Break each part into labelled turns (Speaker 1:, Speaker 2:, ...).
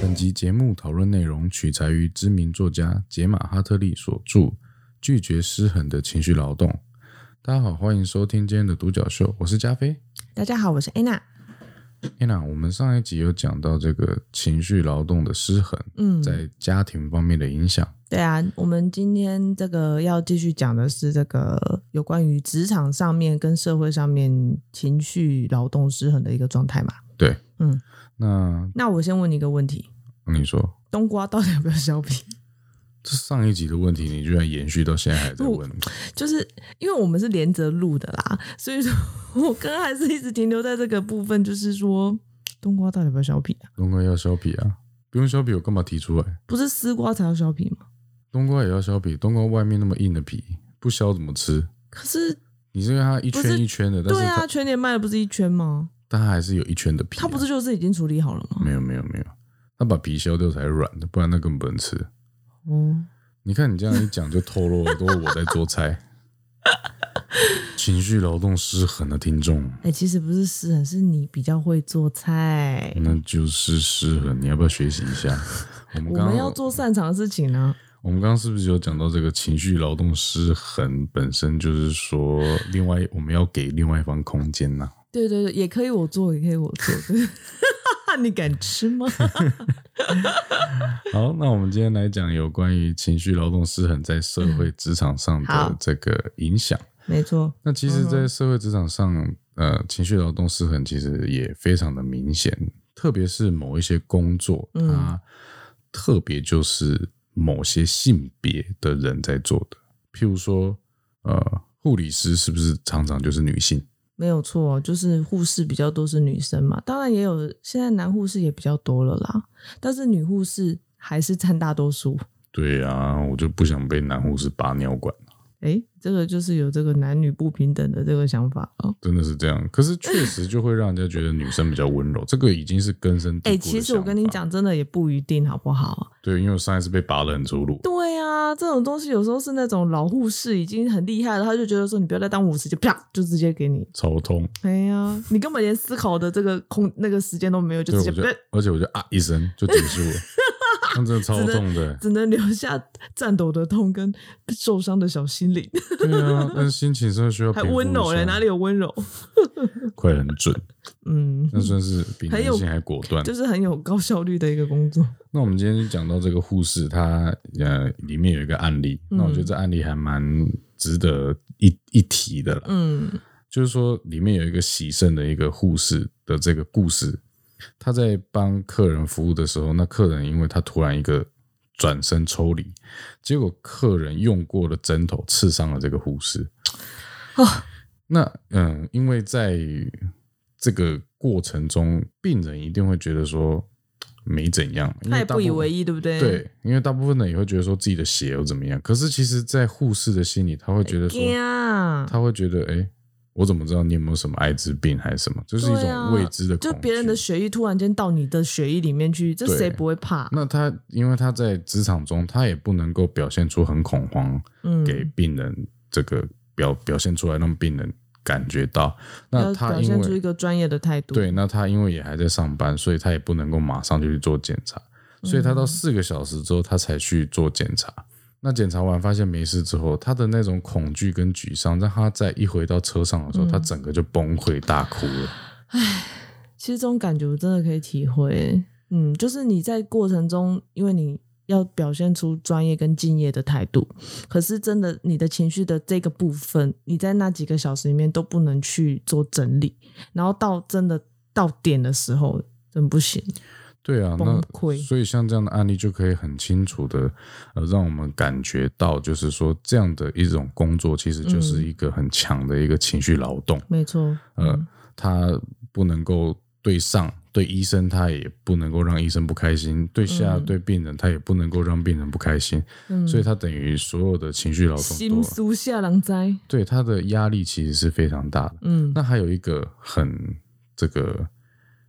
Speaker 1: 本集节目讨论内容取材于知名作家杰玛·哈特利所著《拒绝失衡的情绪劳动》。大家好，欢迎收听今天的独角秀，我是加菲。
Speaker 2: 大家好，我是安娜。
Speaker 1: 天呐，我们上一集有讲到这个情绪劳动的失衡
Speaker 2: 嗯，
Speaker 1: 在家庭方面的影响。
Speaker 2: 对啊，我们今天这个要继续讲的是这个有关于职场上面跟社会上面情绪劳动失衡的一个状态嘛。
Speaker 1: 对，
Speaker 2: 嗯，
Speaker 1: 那
Speaker 2: 那我先问你一个问题：
Speaker 1: 你说
Speaker 2: 冬瓜到底要不要削皮？
Speaker 1: 这上一集的问题，你居然延续到现在还在问？
Speaker 2: 就是因为我们是连着录的啦，所以说我刚刚还是一直停留在这个部分，就是说冬瓜到底要不要削皮啊？
Speaker 1: 冬瓜要削皮啊？不用削皮，我干嘛提出来？
Speaker 2: 不是丝瓜才要削皮吗？
Speaker 1: 冬瓜也要削皮，冬瓜外面那么硬的皮，不削怎么吃？
Speaker 2: 可是，
Speaker 1: 你是因为它一
Speaker 2: 不
Speaker 1: 圈
Speaker 2: 是
Speaker 1: 一圈的，但
Speaker 2: 对
Speaker 1: 是它、
Speaker 2: 啊，全年卖的不是一圈吗？
Speaker 1: 但它还是有一圈的皮、啊
Speaker 2: 它不是就是已经处理好了吗？
Speaker 1: 没有没有没有，它把皮削掉才软的，不然那根本不能吃。
Speaker 2: 哦，
Speaker 1: 你看你这样一讲，就透露了都是我在做 菜。情绪劳动失衡的听众，
Speaker 2: 哎、其实不是失衡，是你比较会做菜。
Speaker 1: 那就是失衡。你要不要学习一下？我们
Speaker 2: 我
Speaker 1: 刚嗯
Speaker 2: 们
Speaker 1: 刚
Speaker 2: 要
Speaker 1: 有
Speaker 2: 做擅长的事情啊呢、
Speaker 1: 我们刚刚是不是有讲到这个情绪劳动失衡本身就是说，另外我们要给另外一方空间呐、
Speaker 2: 对对对，也可以我做，也可以我做。对 你敢吃吗？
Speaker 1: 好，那我们今天来讲有关于情绪劳动失衡在社会职场上的
Speaker 2: 好
Speaker 1: 这个影响。
Speaker 2: 没错，
Speaker 1: 那其实，
Speaker 2: 嗯
Speaker 1: 在社会职场上，呃，情绪劳动失衡其实也非常的明显，特别是某一些工作，
Speaker 2: 嗯
Speaker 1: 它特别就是某些性别的人在做的，譬如说，呃，护理师是不是常常就是女性？
Speaker 2: 没有错，就是护士比较多是女生嘛，当然也有现在男护士也比较多了啦，但是女护士还是占大多数。
Speaker 1: 对啊，我就不想被男护士拔尿管，
Speaker 2: 哎，这个就是有这个男女不平等的这个想法哦。
Speaker 1: 真的是这样。可是确实就会让人家觉得女生比较温柔，这个已经是根深蒂固
Speaker 2: 哎，
Speaker 1: 的
Speaker 2: 其实我跟
Speaker 1: 想
Speaker 2: 你
Speaker 1: 法，
Speaker 2: 讲，真的也不一定，好啊不好？
Speaker 1: 对，因为我上一次被拔得很粗鲁，
Speaker 2: 对啊，这种东西有时候是那种老护士已经很厉害了，他就觉得说你不要再当护士，就啪就直接给你。
Speaker 1: 超痛，
Speaker 2: 哎呀，你根本连思考的这个空那个时间都没有，就
Speaker 1: 对，
Speaker 2: 直
Speaker 1: 我
Speaker 2: 接
Speaker 1: 就
Speaker 2: 啪
Speaker 1: 而且我就啊一声就结束了，那真的超痛的。 欸
Speaker 2: 只能留下颤抖的痛跟受伤的小心灵，
Speaker 1: 对啊，但是心情真的需要
Speaker 2: 还
Speaker 1: 平复
Speaker 2: 温柔
Speaker 1: 一
Speaker 2: 嘞，
Speaker 1: 下
Speaker 2: 哪里有温柔？
Speaker 1: 快很准，
Speaker 2: 嗯，
Speaker 1: 那算 是比
Speaker 2: 很
Speaker 1: 男
Speaker 2: 有
Speaker 1: 性还果断。
Speaker 2: 就是很有高效率的一个工作。
Speaker 1: 那我们今天就讲到这个护士，她呃里面有一个案例，
Speaker 2: 嗯
Speaker 1: 那我觉得这案例还蛮值得一一提的啦。
Speaker 2: 嗯
Speaker 1: 就是说里面有一个喜盛的一个护士的这个故事，他在帮客人服务的时候，那客人因为他突然一个转身抽离，结果客人用过的针头刺伤了这个护士。
Speaker 2: 哦，
Speaker 1: 那嗯，因为在这个过程中，病人一定会觉得说没怎样，因
Speaker 2: 他
Speaker 1: 为
Speaker 2: 也
Speaker 1: 大部
Speaker 2: 不以
Speaker 1: 分
Speaker 2: 为意，对不对？
Speaker 1: 对，因为大部分人也会觉得说自己的血又怎么样，可是其实，在护士的心里，他
Speaker 2: 哎
Speaker 1: 会觉得说，
Speaker 2: 呀，
Speaker 1: 他会觉得，哎、我怎么知道你有没有什么艾滋病还是什么？就是一
Speaker 2: 对啊
Speaker 1: 种未知的恐惧、
Speaker 2: 就别人的血液突然间到你的血液里面去，这
Speaker 1: 对
Speaker 2: 谁不会怕？
Speaker 1: 那他因为他在职场中，他也不能够表现出很恐慌，
Speaker 2: 嗯，
Speaker 1: 给病人这个表表现出来，让病人感觉到。那
Speaker 2: 要
Speaker 1: 他
Speaker 2: 表
Speaker 1: 因
Speaker 2: 现出一
Speaker 1: 为
Speaker 2: 个专业的态度。
Speaker 1: 对，那他因为也还在上班，所以他也不能够马上就去做检查，
Speaker 2: 嗯
Speaker 1: 所以他到四个小时之后，他才去做检查。那检查完发现没事之后，他的那种恐惧跟沮丧，让他在一回到车上
Speaker 2: 嗯
Speaker 1: 的时候，他整个就崩溃大哭了。
Speaker 2: 其实这种感觉我真的可以体会，嗯，就是你在过程中，因为你要表现出专业跟敬业的态度，可是真的你的情绪的这个部分，你在那几个小时里面都不能去做整理，然后到真的到点的时候，真不行。
Speaker 1: 对啊，那
Speaker 2: 崩溃
Speaker 1: 所以像这样的案例就可以很清楚的，呃，让我们感觉到，就是说这样的一种工作，其实就是
Speaker 2: 嗯
Speaker 1: 一个很强的一个情绪劳动。
Speaker 2: 没错，
Speaker 1: 呃，他不能够对上对医生，他也不能够让医生不开心；对下、
Speaker 2: 嗯
Speaker 1: 对病人，他也不能够让病人不开心。
Speaker 2: 嗯，
Speaker 1: 所以他等于所有的情绪劳动
Speaker 2: 心
Speaker 1: 都，
Speaker 2: 苏下狼灾，
Speaker 1: 对他的压力其实是非常大的。
Speaker 2: 嗯，
Speaker 1: 那还有一个很这个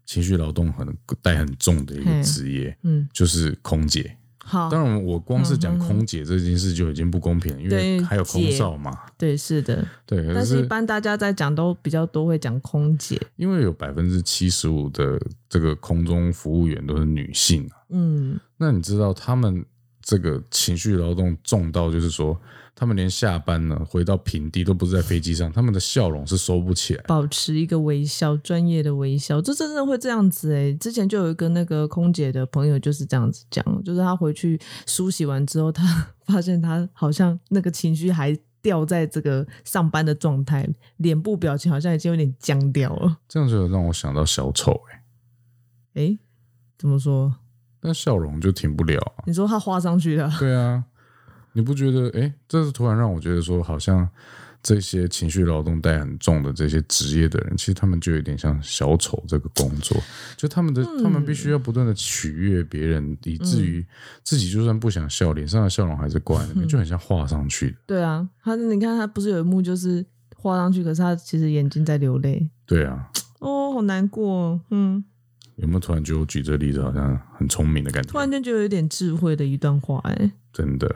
Speaker 1: 情绪劳动很带很重的一个
Speaker 2: 嘿
Speaker 1: 职业，
Speaker 2: 嗯
Speaker 1: 就是空姐。
Speaker 2: 好，
Speaker 1: 当然，我光是讲空姐这件事就已经不公平了，因为
Speaker 2: 对
Speaker 1: 还有空
Speaker 2: 姐
Speaker 1: 少嘛。
Speaker 2: 嗯对，是的。
Speaker 1: 对，可
Speaker 2: 但是，一
Speaker 1: 是
Speaker 2: 般大家在讲都比较多会讲空姐，
Speaker 1: 因为有百分之七十五的这个空中服务员都是女性啊，
Speaker 2: 嗯，
Speaker 1: 那你知道他们这个情绪劳动重到，就是说他们连下班呢回到平地都不是在飞机上，他们的笑容是收不起来。
Speaker 2: 保持一个微笑，专业的微笑，这真的会这样子哎、之前就有一个那个空姐的朋友就是这样子讲，就是她回去梳洗完之后，她 发现她好像那个情绪还掉在这个上班的状态，脸部表情好像已经有点僵掉了。
Speaker 1: 这样就让我想到小丑、欸，
Speaker 2: 哎、怎么说？
Speaker 1: 但笑容就停不了啊。
Speaker 2: 你说她画上去的？
Speaker 1: 对啊，你不觉得？哎、这是突然让我觉得说，好像这些情绪劳动带很重的这些职业的人，其实他们就有点像小丑这个工作，就他们的、
Speaker 2: 嗯
Speaker 1: 他们必须要不断的取悦别人，以至于自己就算不想笑，脸上的笑容还是挂在那
Speaker 2: 嗯
Speaker 1: 边，就很像画上去的。
Speaker 2: 对啊，她你看她不是有一幕就是画上去，可是她其实眼睛在流泪，
Speaker 1: 对啊，
Speaker 2: 哦，好难过哦，嗯。
Speaker 1: 有没有突然觉得我举这个例子好像很聪明的感
Speaker 2: 突
Speaker 1: 觉
Speaker 2: 然？间就有点智慧的一段话、哎，
Speaker 1: 真的，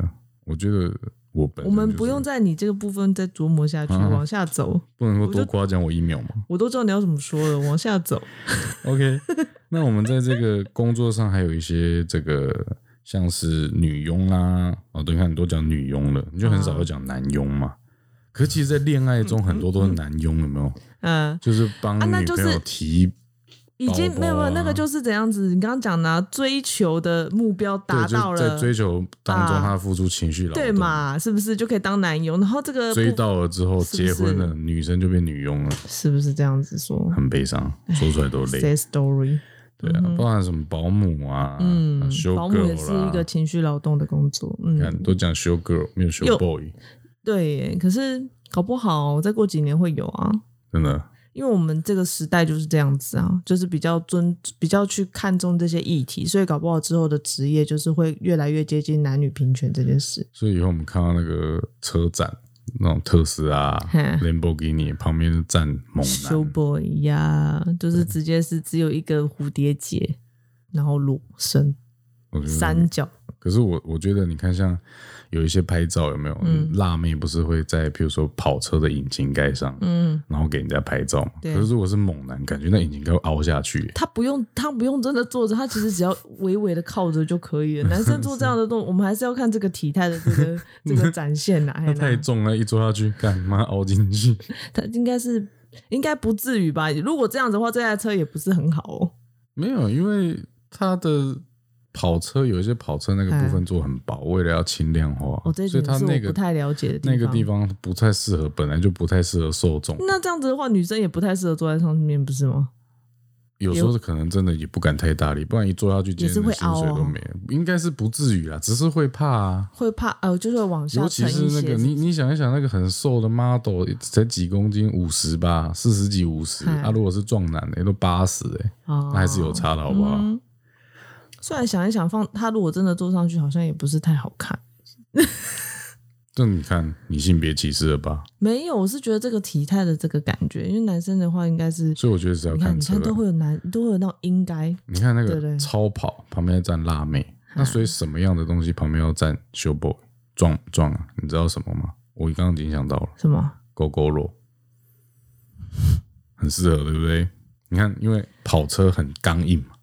Speaker 1: 我觉得我本
Speaker 2: 我
Speaker 1: 身
Speaker 2: 们
Speaker 1: 就是
Speaker 2: 不用在你这个部分再琢磨下去，
Speaker 1: 啊
Speaker 2: 往下走。
Speaker 1: 不能够
Speaker 2: 我
Speaker 1: 多
Speaker 2: 就
Speaker 1: 夸奖我一秒吗？
Speaker 2: 我都知道你要怎么说了，往下走。
Speaker 1: OK，那我们在这个工作上还有一些这个像是女佣啦，哦，对，你看你都讲女佣了，你就很少
Speaker 2: 嗯
Speaker 1: 会讲男佣嘛。可是其实，在恋爱中很多都是男佣，有没有？
Speaker 2: 嗯、
Speaker 1: 就是帮
Speaker 2: 啊那
Speaker 1: 女
Speaker 2: 就
Speaker 1: 朋友
Speaker 2: 是
Speaker 1: 提，
Speaker 2: 已经
Speaker 1: 包包啊
Speaker 2: 没有没有，那个就是怎样子？你刚刚讲的啊、追求的目标达
Speaker 1: 对，
Speaker 2: 到
Speaker 1: 就
Speaker 2: 了，
Speaker 1: 在追求当中，
Speaker 2: 啊
Speaker 1: 他付出情绪劳动，
Speaker 2: 对？嘛？是不是就可以当男友？然后这个不
Speaker 1: 追到了之后，
Speaker 2: 是不
Speaker 1: 结
Speaker 2: 是
Speaker 1: 婚了，女生就变女佣了，
Speaker 2: 是不是这样子说
Speaker 1: 很悲伤，说出来都累。
Speaker 2: ？Say story，
Speaker 1: 对啊，包含什么保姆啊，
Speaker 2: 嗯
Speaker 1: 修，
Speaker 2: 保姆也
Speaker 1: girl
Speaker 2: 是
Speaker 1: 啦
Speaker 2: 一个，情绪劳动的工作，
Speaker 1: 你看
Speaker 2: 嗯，
Speaker 1: 都讲修 girl，没有修
Speaker 2: 又
Speaker 1: boy，
Speaker 2: 对耶。可是搞不好再过几年会有啊。
Speaker 1: 真的。
Speaker 2: 因为我们这个时代就是这样子啊，就是比较尊、比较去看重这些议题，所以搞不好之后的职业就是会越来越接近男女平权这件事。
Speaker 1: 所以以后我们看到那个车展，那种特斯 拉、
Speaker 2: 嘿
Speaker 1: Lamborghini 旁边就站猛
Speaker 2: 修
Speaker 1: 男，
Speaker 2: 博一呀，就是直接是只有一个蝴蝶结，然后裸身、
Speaker 1: 我觉得
Speaker 2: 三角，
Speaker 1: 可是我我觉得，你看像有一些拍照有没有、
Speaker 2: 嗯
Speaker 1: 辣妹不是会在譬如说跑车的引擎盖上，
Speaker 2: 嗯，
Speaker 1: 然后给人家拍照嘛？可
Speaker 2: 对
Speaker 1: 是如果是猛男，感觉那引擎盖会凹下去耶、
Speaker 2: 他不用他不用真的坐着，他其实只要微微的靠着就可以了。男生做这样的 动作，我们还是要看这个体态的这个这个展现呐、啊。
Speaker 1: 那太重了，一坐下去，干妈凹进去，
Speaker 2: 他应该是应该不至于吧？如果这样子的话，这台车也不是很好哦。
Speaker 1: 没有，因为它的跑车有一些跑车那个部分做很薄，为了要轻量化，
Speaker 2: 哦，这一
Speaker 1: 所以
Speaker 2: 点
Speaker 1: 它
Speaker 2: 是
Speaker 1: 那
Speaker 2: 嗯我
Speaker 1: 个
Speaker 2: 不太了解的地
Speaker 1: 那
Speaker 2: 方。
Speaker 1: 个地方不太适合，本来就不太适合受众。
Speaker 2: 那这样子的话，女生也不太适合坐在上面，不是吗？
Speaker 1: 有时候可能真的也不敢太大力，不然一坐下去，今
Speaker 2: 也是
Speaker 1: 天
Speaker 2: 会
Speaker 1: 的薪水
Speaker 2: 凹哦
Speaker 1: 都没了。应该是不至于啦，只是会怕啊。
Speaker 2: 会怕呃，就是会往下
Speaker 1: 尤其
Speaker 2: 沉
Speaker 1: 是
Speaker 2: 一
Speaker 1: 那
Speaker 2: 些。
Speaker 1: 个你，你想一想，那个很瘦的 model 才几公斤，五十吧，四十几、五十。
Speaker 2: 嗯
Speaker 1: 啊，如果是壮男的，都八十哎，
Speaker 2: 哦
Speaker 1: 那还是有差的好不好？
Speaker 2: 嗯虽然想一想放，他如果真的坐上去，好像也不是太好看。
Speaker 1: 这你看，你性别歧视了吧？
Speaker 2: 没有，我是觉得这个体态的这个感觉，因为男生的话应该是，
Speaker 1: 所以我觉得只要
Speaker 2: 你看，你
Speaker 1: 车
Speaker 2: 看，都会有男，都会有那种应该，
Speaker 1: 你看那
Speaker 2: 对
Speaker 1: 个
Speaker 2: 对嗯
Speaker 1: 超跑旁边站辣妹，那所以什么样的东西旁边要站修 boy 壮壮啊？你知道什么吗？我刚刚已经想到了，
Speaker 2: 什么？
Speaker 1: 狗狗肉， 很适合，对不对？你看，因为跑车很刚硬嘛，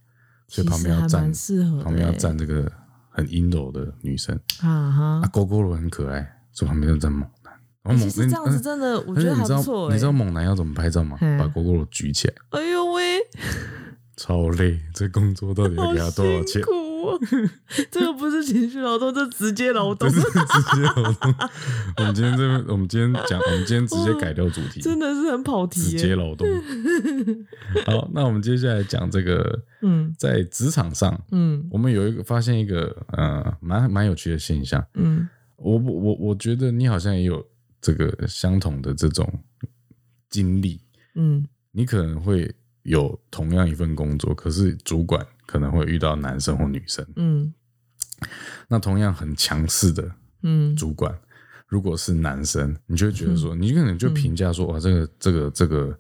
Speaker 1: 所以旁边要
Speaker 2: 其实还
Speaker 1: 站
Speaker 2: 蛮适合的、欸，
Speaker 1: 旁边要站这个很阴柔的女生
Speaker 2: 啊哈
Speaker 1: 啊，。狗狗肉很可爱，所以旁边就站猛男。然后
Speaker 2: 哎其
Speaker 1: 猛嗯
Speaker 2: 实这样子真的，我
Speaker 1: 我
Speaker 2: 觉得还不错、欸。
Speaker 1: 你知道猛男要怎么拍照吗？
Speaker 2: 嗯
Speaker 1: 把狗狗肉举起来，
Speaker 2: 哎呦喂，
Speaker 1: 超累，这工作到底要
Speaker 2: 好
Speaker 1: 给他多少
Speaker 2: 辛
Speaker 1: 钱？
Speaker 2: 苦哦！ 这个不是情绪劳动，这直接劳动
Speaker 1: 这，是直接我动。我们今天这边，我们今天讲，我们今天直接改掉主题，
Speaker 2: 真的是很跑题
Speaker 1: 直接
Speaker 2: 耶。
Speaker 1: 劳动。 好，那我们接下来讲这个，
Speaker 2: 嗯
Speaker 1: 在职场上，
Speaker 2: 嗯
Speaker 1: 我们有一个发现一个呃，蛮蛮有趣的现象。
Speaker 2: 嗯，
Speaker 1: 我我我我觉得你好像也有这个相同的这种经历，
Speaker 2: 嗯，
Speaker 1: 你可能会有同样一份工作，可是主管可能会遇到男生或女生，
Speaker 2: 嗯
Speaker 1: 那同样很强势的
Speaker 2: 嗯
Speaker 1: 主管，如果是男生，你就会觉得说，你可能就评
Speaker 2: 嗯
Speaker 1: 价说，哇，这个这个这个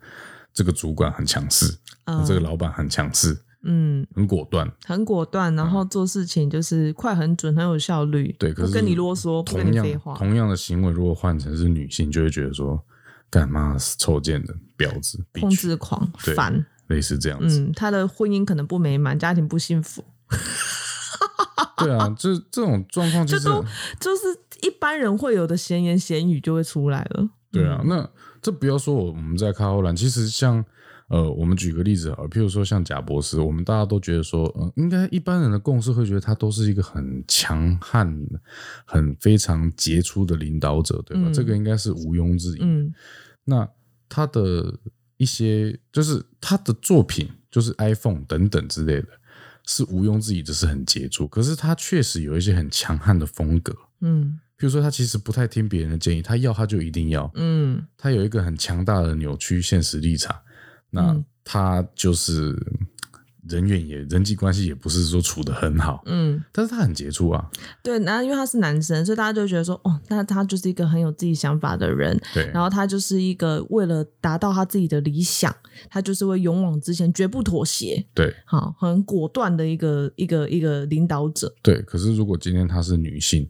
Speaker 1: 这个主管很强势，
Speaker 2: 嗯，
Speaker 1: 这个老板很强势。
Speaker 2: 嗯，
Speaker 1: 很果断。
Speaker 2: 很果断，然后做事情就是快、很准、很有效率。
Speaker 1: 嗯对可是
Speaker 2: 不跟你啰嗦，不跟
Speaker 1: 同
Speaker 2: 你
Speaker 1: 样
Speaker 2: 废话。
Speaker 1: 同样的行为，如果换成是女性，就会觉得说干嘛臭贱的婊子，
Speaker 2: 控
Speaker 1: bitch，
Speaker 2: 制狂
Speaker 1: 对
Speaker 2: 烦，
Speaker 1: 类似这样子。
Speaker 2: 嗯，他的婚姻可能不美满，家庭不幸福，
Speaker 1: 对啊，这这种状况就
Speaker 2: 这
Speaker 1: 是
Speaker 2: 都就是一般人会有的闲言闲语就会出来了。
Speaker 1: 对
Speaker 2: 嗯
Speaker 1: 啊。那这不要说我我们在看后栏，其实像呃，我们举个例子啊，譬如说像贾博士，我们大家都觉得说，嗯、应该一般人的共识会觉得他都是一个很强悍、很非常杰出的领导者，对吧？
Speaker 2: 嗯
Speaker 1: 这个应该是毋庸置疑。
Speaker 2: 嗯
Speaker 1: 那他的一些就是他的作品，就是 iPhone 等等之类的，是毋庸置疑的，是很杰出。可是他确实有一些很强悍的风格，
Speaker 2: 嗯
Speaker 1: 比如说他其实不太听别人的建议，他要他就一定要，
Speaker 2: 嗯
Speaker 1: 他有一个很强大的扭曲现实立场。那
Speaker 2: 嗯
Speaker 1: 他就是人缘也人际关系也不是说处的很好，
Speaker 2: 嗯，
Speaker 1: 但是他很杰出啊，
Speaker 2: 对。然后因为他是男生，所以大家就觉得说，哦，那他就是一个很有自己想法的人，
Speaker 1: 对
Speaker 2: 然后他就是一个为了达到他自己的理想，他就是会勇往直前，绝不妥协，
Speaker 1: 对
Speaker 2: 好，很果断的一个一个一个领导者。
Speaker 1: 对。可是如果今天她是女性，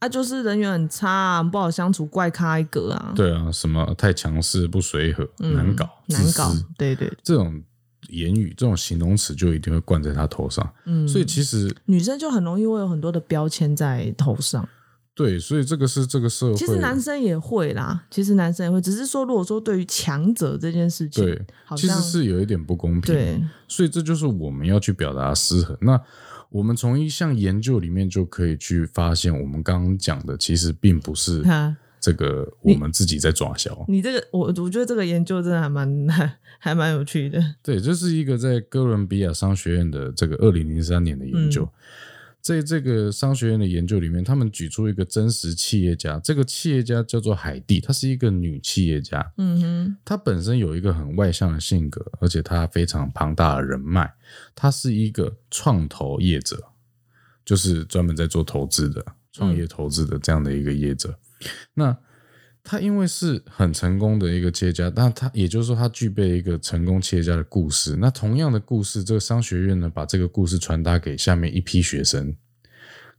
Speaker 2: 啊，就是人缘很差、啊，不好相处，怪咖一个啊。
Speaker 1: 对啊，什么太强势、不随和、
Speaker 2: 嗯
Speaker 1: 难搞、
Speaker 2: 难
Speaker 1: 自私
Speaker 2: 搞，对对，
Speaker 1: 这种言语、这种形容词就一定会灌在他头上。
Speaker 2: 嗯，
Speaker 1: 所以其实
Speaker 2: 女生就很容易会有很多的标签在头上。
Speaker 1: 对，所以这个是这个社会，
Speaker 2: 其实男生也会啦，其实男生也会，只是说如果说对于强者这件事情，
Speaker 1: 对
Speaker 2: 好
Speaker 1: 其
Speaker 2: 像
Speaker 1: 实是有一点不公平。
Speaker 2: 对，
Speaker 1: 所以这就是我们要去表达的失衡。那我们从一项研究里面就可以去发现，我们刚刚讲的其实并不是
Speaker 2: 哈
Speaker 1: 这个我们自己在抓小。
Speaker 2: 嗯你这个我我觉得这个研究真的还蛮 还蛮有趣的。
Speaker 1: 对，这是一个在哥伦比亚商学院的这个二零零三年的研究，在这个商学院的研究里面，他们举出一个真实企业家，这个企业家叫做海蒂，她是一个女企业家，
Speaker 2: 嗯哼，
Speaker 1: 她本身有一个很外向的性格，而且她非常庞大的人脉，她是一个创投业者，就是专门在做投资的创业投资的这样的一个业者。那他因为是很成功的一个企业家，那他也就是说他具备一个成功企业家的故事。那同样的故事，这个商学院呢，把这个故事传达给下面一批学生，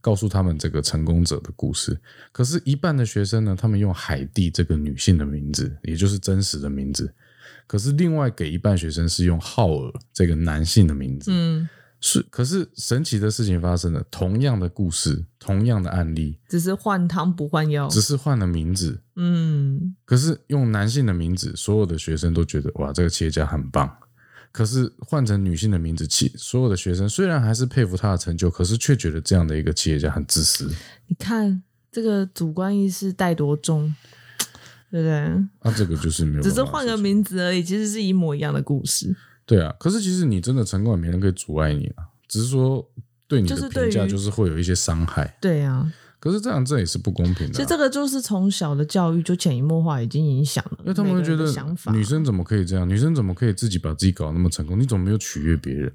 Speaker 1: 告诉他们这个成功者的故事。可是，一半的学生呢，他们用海蒂这个女性的名字，也就是真实的名字。可是，另外给一半学生是用浩尔这个男性的名字。
Speaker 2: 嗯，
Speaker 1: 是，可是神奇的事情发生了，同样的故事，同样的案例，
Speaker 2: 只是换汤不换药。
Speaker 1: 只是换了名字。
Speaker 2: 嗯，
Speaker 1: 可是用男性的名字，所有的学生都觉得哇，这个企业家很棒。可是换成女性的名字，其所有的学生虽然还是佩服他的成就，可是却觉得这样的一个企业家很自私
Speaker 2: 你看这个主观意识带多重，对不对？
Speaker 1: 那这个就是没有办法
Speaker 2: 只是换个
Speaker 1: 的事情
Speaker 2: 名字而已，其实是一模一样的故事。
Speaker 1: 对啊。可是其实你真的成功，也没人可以阻碍你啊。只是说对你
Speaker 2: 就
Speaker 1: 的
Speaker 2: 是对
Speaker 1: 评价
Speaker 2: 于
Speaker 1: 就是会有一些伤害。
Speaker 2: 对啊，
Speaker 1: 可是这样这也是不公平的啊、
Speaker 2: 其实这个就是从小的教育就潜移默化已经影响了，
Speaker 1: 因为他们会觉得
Speaker 2: 想法
Speaker 1: 女生怎么可以这样？女生怎么可以自己把自己搞得那么成功？你怎么没有取悦别 人？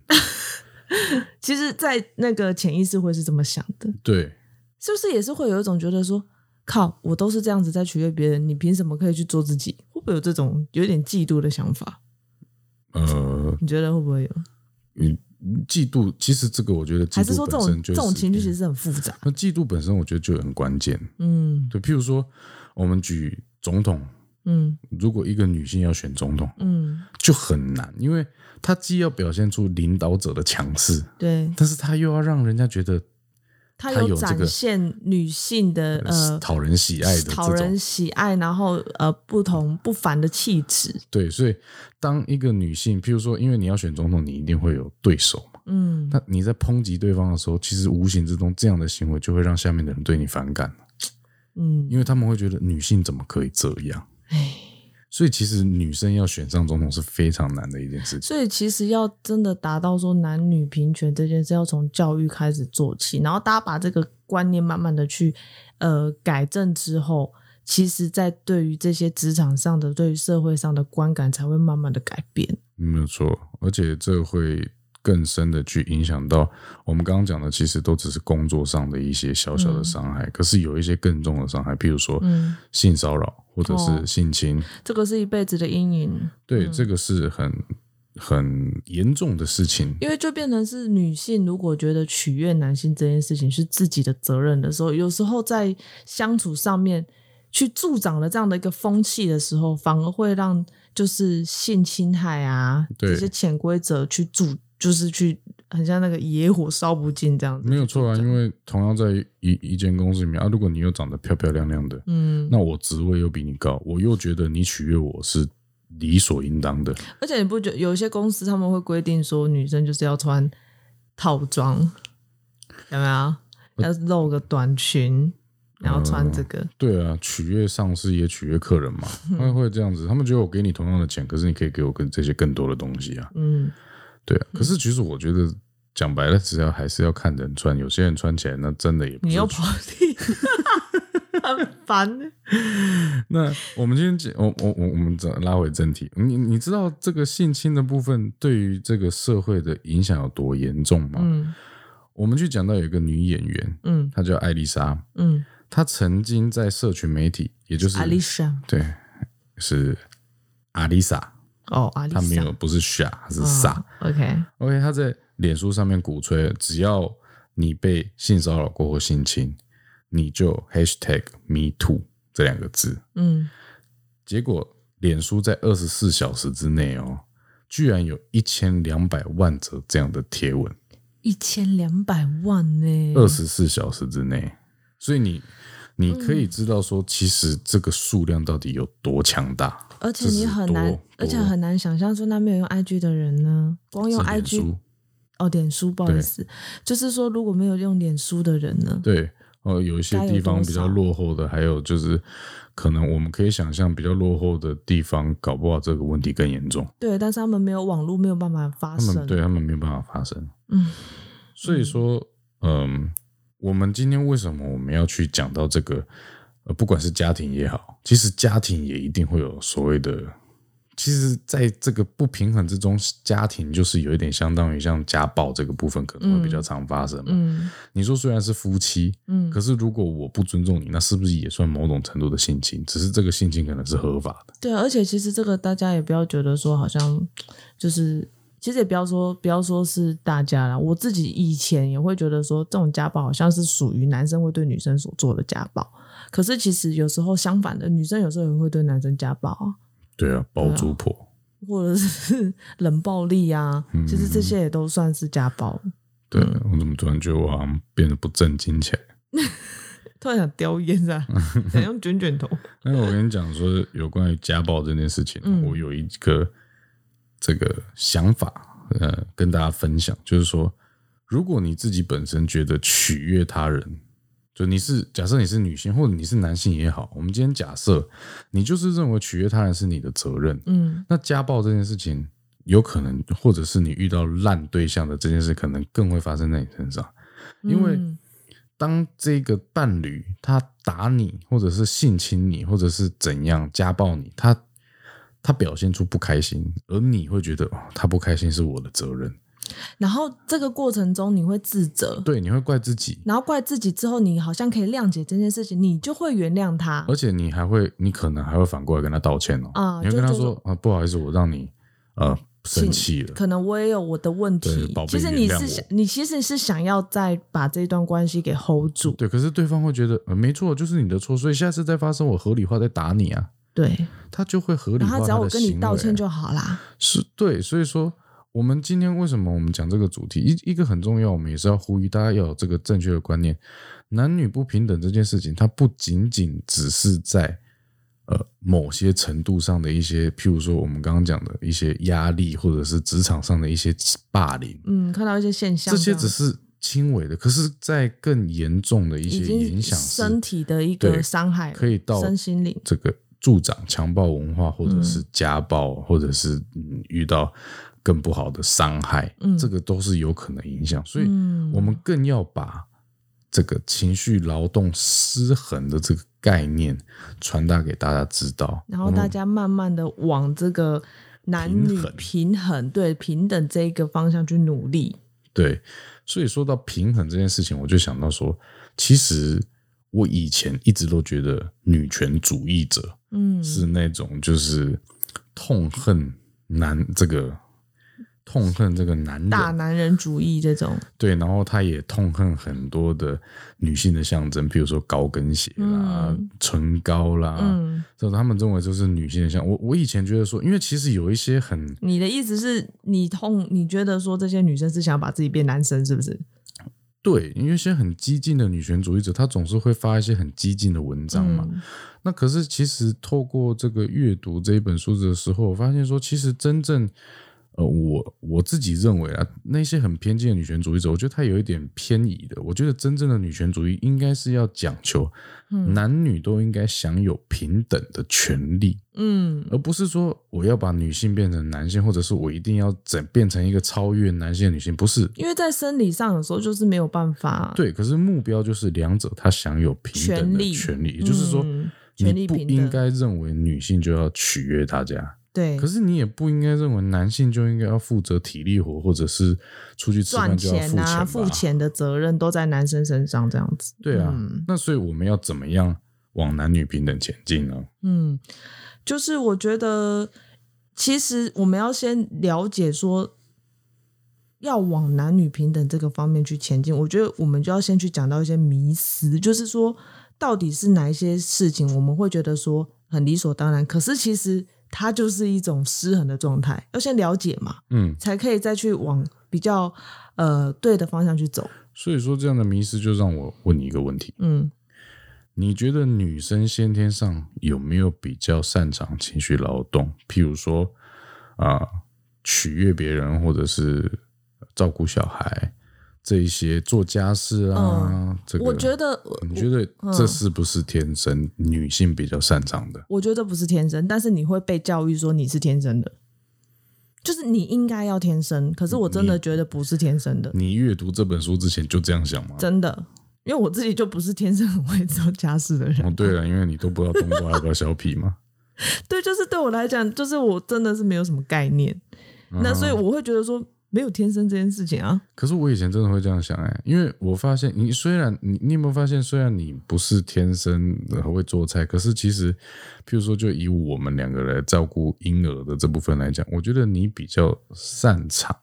Speaker 2: 其实，在那个潜意识会是这么想的，
Speaker 1: 对，
Speaker 2: 是不是也是会有一种觉得说，靠，我都是这样子在取悦别人，你凭什么可以去做自己？会不会有这种有点嫉妒的想法？
Speaker 1: 呃，
Speaker 2: 你觉得会不会有？
Speaker 1: 你嫉妒，其实这个我觉得嫉
Speaker 2: 还是说
Speaker 1: 妒
Speaker 2: 这
Speaker 1: 本
Speaker 2: 种
Speaker 1: 身就
Speaker 2: 这
Speaker 1: 是嗯
Speaker 2: 种情绪其实很复杂？
Speaker 1: 那嫉妒本身，我觉得就很关键。
Speaker 2: 嗯
Speaker 1: 对，譬如说，我们举总统，
Speaker 2: 嗯
Speaker 1: 如果一个女性要选总统，
Speaker 2: 嗯，
Speaker 1: 就很难，因为她既要表现出领导者的强势，
Speaker 2: 对，
Speaker 1: 但是她又要让人家觉得
Speaker 2: 她
Speaker 1: 她有这
Speaker 2: 展
Speaker 1: 个
Speaker 2: 现女性的呃
Speaker 1: 讨人喜爱的
Speaker 2: 讨
Speaker 1: 这种
Speaker 2: 人喜爱，然后呃不同不凡的气质。
Speaker 1: 对，所以当一个女性，譬如说，因为你要选总统，你一定会有对手嘛。
Speaker 2: 嗯，
Speaker 1: 那你在抨击对方的时候，其实无形之中这样的行为就会让下面的人对你反感，
Speaker 2: 嗯，
Speaker 1: 因为他们会觉得女性怎么可以这样。
Speaker 2: 哎，
Speaker 1: 所以其实女生要选上总统是非常难的一件事情。
Speaker 2: 所以其实要真的达到说男女平权这件事，要从教育开始做起，然后大家把这个观念慢慢的去呃改正之后，其实在对于这些职场上的、对于社会上的观感才会慢慢的改变。
Speaker 1: 没有错，而且这会更深的去影响到我们刚刚讲的，其实都只是工作上的一些小小的伤害，可是有一些更重的伤害，譬如说
Speaker 2: 嗯
Speaker 1: 性骚扰或者
Speaker 2: 哦嗯
Speaker 1: 是性侵，
Speaker 2: 这个是一辈子的阴影。
Speaker 1: 对，这个是很很严重的事情。
Speaker 2: 因为就变成是女性如果觉得取悦男性这件事情是自己的责任的时候，有时候在相处上面去助长了这样的一个风气的时候，反而会让就是性侵害啊
Speaker 1: 对
Speaker 2: 这些潜规则去助，就是去很像那个野火烧不尽这样子。
Speaker 1: 没有错啊，因为同样在一一间公司里面啊，如果你又长得漂漂亮亮的，
Speaker 2: 嗯，
Speaker 1: 那我职位又比你高，我又觉得你取悦我是理所应当的。
Speaker 2: 而且你不觉得有一些公司他们会规定说女生就是要穿套装，有没有？要露个短裙，然后穿这个。
Speaker 1: 对啊，取悦上司也取悦客人 嘛，他们会这样子。他们觉得我给你同样的钱，可是你可以给我跟这些更多的东西啊。
Speaker 2: 嗯，
Speaker 1: 对啊，可是其实我觉得讲白了，只要还是要看人穿，有些人穿起来那真的也不
Speaker 2: 你
Speaker 1: 是
Speaker 2: 又跑题，很烦。
Speaker 1: 那我们今天讲，我我我我们拉回正题，你你知道这个性侵的部分对于这个社会的影响有多严重吗？
Speaker 2: 嗯
Speaker 1: 我们去讲到有一个女演员，
Speaker 2: 嗯
Speaker 1: 她叫艾丽莎，
Speaker 2: 嗯，
Speaker 1: 她曾经在社群媒体，也就是
Speaker 2: 阿丽莎，
Speaker 1: 对，是阿丽莎，
Speaker 2: 哦，阿丽莎，
Speaker 1: 她没有不是傻，她是
Speaker 2: 嗯
Speaker 1: 傻。
Speaker 2: OK，
Speaker 1: OK，她在脸书上面鼓吹，只要你被性骚扰过或性侵，你就 hashtag me too 这两个字。
Speaker 2: 嗯，
Speaker 1: 结果脸书在二十四小时之内哦，居然有一千两百万则这样的贴文，
Speaker 2: 一千两百万呢，
Speaker 1: 二十四小时之内，所以你你可
Speaker 2: 嗯
Speaker 1: 以知道说，其实这个数量到底有多强大，
Speaker 2: 而且
Speaker 1: 这
Speaker 2: 你
Speaker 1: 是
Speaker 2: 很
Speaker 1: 多
Speaker 2: 难
Speaker 1: 多，
Speaker 2: 而且很难想象说那没有用 IG 的人呢，光用
Speaker 1: 是脸
Speaker 2: IG
Speaker 1: 书
Speaker 2: 哦，脸书，不好意
Speaker 1: 对
Speaker 2: 思，就是说如果没有用脸书的人呢，
Speaker 1: 对。呃，有一些
Speaker 2: 该有
Speaker 1: 地方
Speaker 2: 多
Speaker 1: 比较
Speaker 2: 少
Speaker 1: 落后的，还有就是，可能我们可以想象比较落后的地方，搞不好这个问题更严重。
Speaker 2: 对，但是他们没有网络，没有办法发
Speaker 1: 他
Speaker 2: 声，
Speaker 1: 们对他们没有办法发生。
Speaker 2: 嗯，
Speaker 1: 所以说，嗯，我们今天为什么我们要去讲到这个？呃，不管是家庭也好，其实家庭也一定会有所谓的。其实，在这个不平衡之中，家庭就是有一点相当于像家暴这个部分可能会比较常发生嘛。
Speaker 2: 嗯
Speaker 1: 你说虽然是夫妻，
Speaker 2: 嗯
Speaker 1: 可是如果我不尊重你，那是不是也算某种程度的性侵？只是这个性侵可能是合法的。
Speaker 2: 对啊，而且其实这个大家也不要觉得说好像就是，其实也不要说不要说是大家啦，我自己以前也会觉得说这种家暴好像是属于男生会对女生所做的家暴，可是其实有时候相反的，女生有时候也会对男生家暴啊，
Speaker 1: 对啊，包租婆。
Speaker 2: 或者是 冷暴力啊，
Speaker 1: 嗯
Speaker 2: 其实这些也都算是家暴，
Speaker 1: 对，我怎么突然觉得我好像变得不正经起来？
Speaker 2: 突然想叼烟噻， 想用卷卷头，
Speaker 1: 那我跟你讲说，有关于家暴这件事情，啊
Speaker 2: 嗯
Speaker 1: 我有一个这个想法，呃，跟大家分享，就是说，如果你自己本身觉得取悦他人，就你是假设你是女性或者你是男性也好，我们今天假设你就是认为取悦他人是你的责任，
Speaker 2: 嗯
Speaker 1: 那家暴这件事情，有可能或者是你遇到烂对象的这件事，可能更会发生在你身上，因为
Speaker 2: 嗯
Speaker 1: 当这个伴侣他打你，或者是性侵你，或者是怎样家暴你，他他表现出不开心，而你会觉得哦，他不开心是我的责任，
Speaker 2: 然后这个过程中你会自责，
Speaker 1: 对，你会怪自己，
Speaker 2: 然后怪自己之后，你好像可以谅解这件事情，你就会原谅他。
Speaker 1: 而且你还会，你可能还会反过来跟他道歉哦，
Speaker 2: 啊
Speaker 1: 你会跟他
Speaker 2: 就就
Speaker 1: 说啊，不好意思，我让你呃生气了，
Speaker 2: 可能我也有我的问
Speaker 1: 对
Speaker 2: 题
Speaker 1: 宝，贝
Speaker 2: 其实你
Speaker 1: 原谅
Speaker 2: 是
Speaker 1: 我
Speaker 2: 想，你其实是想要再把这段关系给 hold 住，
Speaker 1: 对，可是对方会觉得、呃、没错，就是你的错，所以下次再发生我合理化再打你啊，
Speaker 2: 对，
Speaker 1: 他就会合理
Speaker 2: 然
Speaker 1: 化
Speaker 2: 后只要我
Speaker 1: 的
Speaker 2: 跟
Speaker 1: 行
Speaker 2: 你
Speaker 1: 为啊
Speaker 2: 道歉就好啦。
Speaker 1: 是对，所以说我们今天为什么我们讲这个主题，一一个很重要，我们也是要呼吁大家要有这个正确的观念，男女不平等这件事情，它不仅仅只是在呃某些程度上的一些，譬如说我们刚刚讲的一些压力，或者是职场上的一些霸凌，
Speaker 2: 嗯，看到一些现象
Speaker 1: 这
Speaker 2: 样，
Speaker 1: 些只是轻微的，可是，在更严重的一
Speaker 2: 已
Speaker 1: 些
Speaker 2: 经
Speaker 1: 影响是
Speaker 2: 身体的一
Speaker 1: 对
Speaker 2: 个伤害了，
Speaker 1: 可以到
Speaker 2: 身心灵。
Speaker 1: 这个助长强暴文化，或者
Speaker 2: 嗯
Speaker 1: 是家暴，或者是嗯遇到更不好的伤害，
Speaker 2: 嗯
Speaker 1: 这个都是有可能影响。所以
Speaker 2: 嗯
Speaker 1: 我们更要把这个情绪劳动失衡的这个概念传达给大家知道。
Speaker 2: 然后大家慢慢的往这个男
Speaker 1: 平
Speaker 2: 女平
Speaker 1: 衡
Speaker 2: 衡、对平等这一个方向去努力。
Speaker 1: 对，所以说到平衡这件事情，我就想到说，其实我以前一直都觉得女权主义者
Speaker 2: 嗯，
Speaker 1: 是那种就是痛恨男这个痛恨这个男人，
Speaker 2: 大男人主义这种，
Speaker 1: 对，然后他也痛恨很多的女性的象征，比如说高跟鞋啦、
Speaker 2: 嗯
Speaker 1: 唇膏啦，
Speaker 2: 嗯，
Speaker 1: 这、他们认为就是女性的象。我我以前觉得说，因为其实有一些很
Speaker 2: 你的意思是你痛，你觉得说这些女生是想把自己变男生，是不是？
Speaker 1: 对，因为一些很激进的女权主义者，她总是会发一些很激进的文章嘛。
Speaker 2: 嗯
Speaker 1: 那可是其实透过这个阅读这一本书的时候，我发现说，其实真正呃，我我自己认为啊，那些很偏激的女权主义者，我觉得他有一点偏移的。我觉得真正的女权主义应该是要讲求
Speaker 2: 嗯
Speaker 1: 男女都应该享有平等的权利，
Speaker 2: 嗯
Speaker 1: 而不是说我要把女性变成男性，或者是我一定要整变成一个超越男性的女性，不是。
Speaker 2: 因为在生理上有时候就是没有办法，，
Speaker 1: 对，可是目标就是两者他享有平等
Speaker 2: 啊权
Speaker 1: 的
Speaker 2: 利
Speaker 1: 权利，也就是说，
Speaker 2: 嗯权利
Speaker 1: 你不
Speaker 2: 平等
Speaker 1: 应该认为女性就要取悦大家，
Speaker 2: 对，
Speaker 1: 可是你也不应该认为男性就应该要负责体力活，或者是出去吃
Speaker 2: 赚
Speaker 1: 饭就要
Speaker 2: 钱
Speaker 1: 付
Speaker 2: 啊、
Speaker 1: 吧
Speaker 2: 付钱的责任都在男生身上，这样子。
Speaker 1: 对啊，
Speaker 2: 嗯
Speaker 1: 那所以我们要怎么样往男女平等前进呢？
Speaker 2: 嗯，就是我觉得，其实我们要先了解说，要往男女平等这个方面去前进。我觉得我们就要先去讲到一些迷思，就是说，到底是哪一些事情我们会觉得说很理所当然，可是其实它就是一种失衡的状态，要先了解嘛，
Speaker 1: 嗯，
Speaker 2: 才可以再去往比较呃对的方向去走。
Speaker 1: 所以说这样的迷失就让我问你一个问题：
Speaker 2: 嗯，
Speaker 1: 你觉得女生先天上有没有比较擅长情绪劳动？譬如说啊、取悦别人，或者是照顾小孩这一些做家事啊，这个
Speaker 2: 嗯我觉得嗯
Speaker 1: 你觉得这是不是天生女性比较擅长的？
Speaker 2: 我觉得不是天生，但是你会被教育说你是天生的，就是你应该要天生。可是我真
Speaker 1: 嗯
Speaker 2: 的觉得不是天生的，
Speaker 1: 你阅读这本书之前就这样想吗？
Speaker 2: 真的，因为我自己就不是天生很会做家事的人。
Speaker 1: 哦，对了，因为你都不知道冬瓜要不要削皮嘛。
Speaker 2: 对，就是对我来讲，就是我真的是没有什么概念。
Speaker 1: 嗯
Speaker 2: 那所以我会觉得说没有天生这件事情啊，
Speaker 1: 可是我以前真的会这样想哎、因为我发现你虽然你你有没有发现，虽然你不是天生很会做菜，可是其实，譬如说，就以我们两个来照顾婴儿的这部分来讲，我觉得你比较擅长。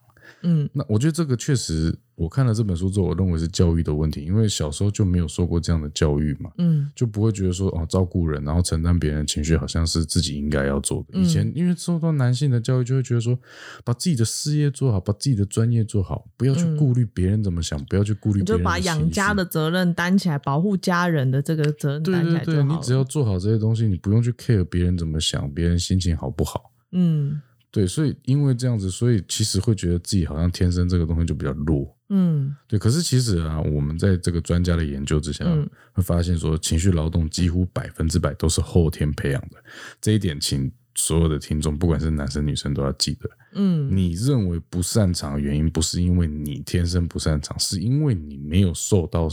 Speaker 2: 嗯，
Speaker 1: 那我觉得这个确实，我看了这本书之后，我认为是教育的问题，因为小时候就没有受过这样的教育嘛，
Speaker 2: 嗯
Speaker 1: 就不会觉得说哦，照顾人，然后承担别人的情绪，好像是自己应该要做的。
Speaker 2: 嗯
Speaker 1: 以前因为受到男性的教育，就会觉得说，把自己的事业做好，把自己的专业做好，不要去顾虑别人怎么想，不要去顾虑
Speaker 2: 嗯你
Speaker 1: 别
Speaker 2: 就
Speaker 1: 人的
Speaker 2: 把养
Speaker 1: 情绪
Speaker 2: 家的责任担起来，保护家人的这个责任
Speaker 1: 对
Speaker 2: 担起
Speaker 1: 对
Speaker 2: 来就
Speaker 1: 对，
Speaker 2: 好
Speaker 1: 你
Speaker 2: 了。
Speaker 1: 只要做好这些东西，你不用去 care 别人怎么想，别人心情好不好。
Speaker 2: 嗯
Speaker 1: 对，所以因为这样子，所以其实会觉得自己好像天生这个东西就比较弱。
Speaker 2: 嗯
Speaker 1: 对，可是其实啊，我们在这个专家的研究之下，
Speaker 2: 嗯
Speaker 1: 会发现说，情绪劳动几乎百分之百都是后天培养的。这一点，请所有的听众，不管是男生女生，都要记得。
Speaker 2: 嗯，
Speaker 1: 你认为不擅长的原因，不是因为你天生不擅长，是因为你没有受到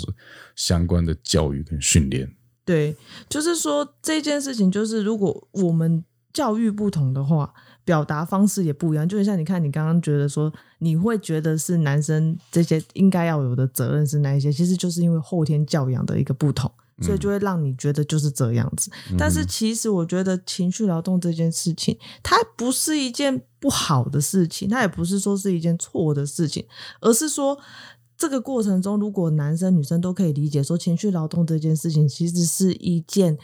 Speaker 1: 相关的教育跟训练。
Speaker 2: 对，就是说这件事情，就是如果我们教育不同的话，表达方式也不一样。就像你看，你刚刚觉得说，你会觉得是男生这些应该要有的责任是那一些，其实就是因为后天教养的一个不同，所以就会让你觉得就是这样子。但是其实我觉得情绪劳动这件事情，它不是一件不好的事情，它也不是说是一件错的事情，而是说这个过程中，如果男生女生都可以理解说情绪劳动这件事情，其实是一件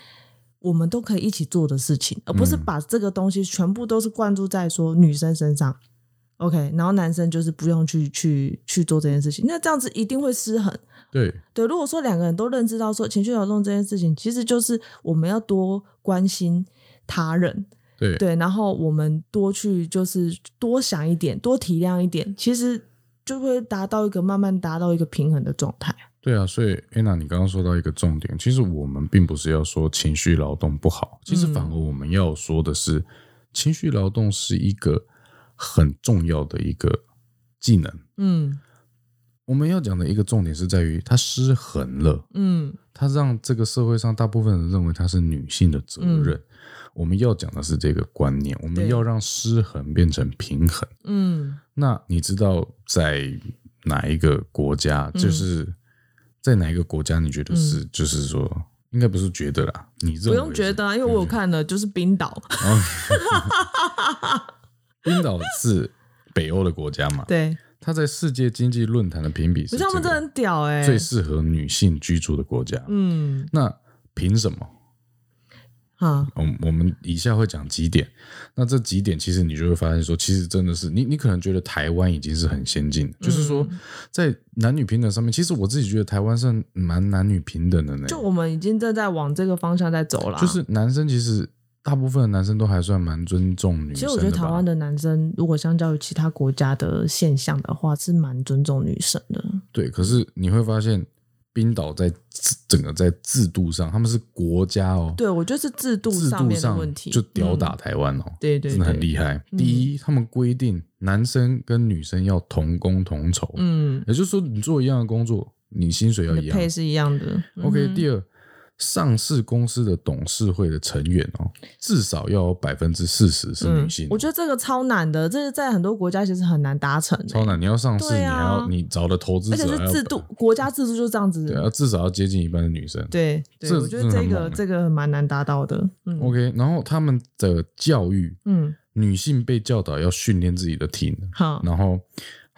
Speaker 2: 我们都可以一起做的事情，而不是把这个东西全部都是灌注在说女生身上。OK，然后男生就是不用去去去做这件事情，那这样子一定会失衡。
Speaker 1: 对，
Speaker 2: 对，如果说两个人都认知到说情绪劳动这件事情，其实就是我们要多关心他人，
Speaker 1: 对，
Speaker 2: 对，然后我们多去就是多想一点，多体谅一点，其实就会达到一个慢慢达到一个平衡的状态。
Speaker 1: 对啊，所以 Anna，你刚刚说到一个重点，其实我们并不是要说情绪劳动不好，其实反而我们要说的是，情绪劳动是一个很重要的一个技能。
Speaker 2: 嗯
Speaker 1: 我们要讲的一个重点是在于它失衡了，
Speaker 2: 嗯
Speaker 1: 它让这个社会上大部分人认为它是女性的责任。我们要讲的是这个观念，我们
Speaker 2: 对
Speaker 1: 要让失衡变成平衡。
Speaker 2: 嗯
Speaker 1: 那你知道在哪一个国家，
Speaker 2: 嗯
Speaker 1: 就是在哪一个国家，你觉得是、就是说，应该不是觉得啦，你认为
Speaker 2: 不用觉得、啊，因为
Speaker 1: 嗯
Speaker 2: 我有看了，就是冰岛。
Speaker 1: 是。哦冰岛是北欧的国家嘛，
Speaker 2: 对，
Speaker 1: 它在世界经济论坛的评比
Speaker 2: 不
Speaker 1: 是
Speaker 2: 是他们
Speaker 1: 这
Speaker 2: 真的
Speaker 1: 个
Speaker 2: 很屌哎、
Speaker 1: 最适合女性居住的国家。
Speaker 2: 嗯，
Speaker 1: 那凭什么？
Speaker 2: 好，
Speaker 1: 我嗯我们以下会讲几点，那这几点其实你就会发现说，其实真的是你你可能觉得台湾已经是很先进的，就是说
Speaker 2: 嗯
Speaker 1: 在男女平等上面，其实我自己觉得台湾算蛮男女平等的呢，
Speaker 2: 就我们已经正在往这个方向在走了。
Speaker 1: 就是男生其实大部分的男生都还算蛮尊重女生
Speaker 2: 其实
Speaker 1: 的吧。
Speaker 2: 我觉得台湾的男生，如果相较于其他国家的现象的话，是蛮尊重女生的。
Speaker 1: 对，可是你会发现冰岛在制整个在制度上，他们是国家哦，
Speaker 2: 对，我觉得是制度
Speaker 1: 制
Speaker 2: 上
Speaker 1: 度
Speaker 2: 面的
Speaker 1: 上
Speaker 2: 问题，
Speaker 1: 就吊
Speaker 2: 嗯
Speaker 1: 打台湾哦，
Speaker 2: 对对
Speaker 1: 真的很
Speaker 2: 对嗯
Speaker 1: 厉害。第一，他们规定男生跟女生要同工同酬，
Speaker 2: 嗯，
Speaker 1: 也就是说你做一样的工作，你薪水要
Speaker 2: 你
Speaker 1: 一
Speaker 2: 的
Speaker 1: 样。
Speaker 2: 配是一样的。
Speaker 1: OK，
Speaker 2: 嗯
Speaker 1: 第二，上市公司的董事会的成员哦，至少要有百分之四十是女性哦、
Speaker 2: 嗯我觉得这个超难的，这是在很多国家其实很难达成、欸，
Speaker 1: 超难。你要上市，
Speaker 2: 对
Speaker 1: 你还要
Speaker 2: 啊
Speaker 1: 你找的投资
Speaker 2: 而
Speaker 1: 者
Speaker 2: 且
Speaker 1: 还
Speaker 2: 是
Speaker 1: 要
Speaker 2: 制度，国家制度就这样子。
Speaker 1: 对，要至少要接近一半的女生。
Speaker 2: 对对
Speaker 1: 这
Speaker 2: 我觉
Speaker 1: 真的很
Speaker 2: 得这个
Speaker 1: 猛欸
Speaker 2: 这个蛮难达到的。嗯
Speaker 1: OK，然后他们的教育，
Speaker 2: 嗯，
Speaker 1: 女性被教导要训练自己的体能，
Speaker 2: 好，
Speaker 1: 然后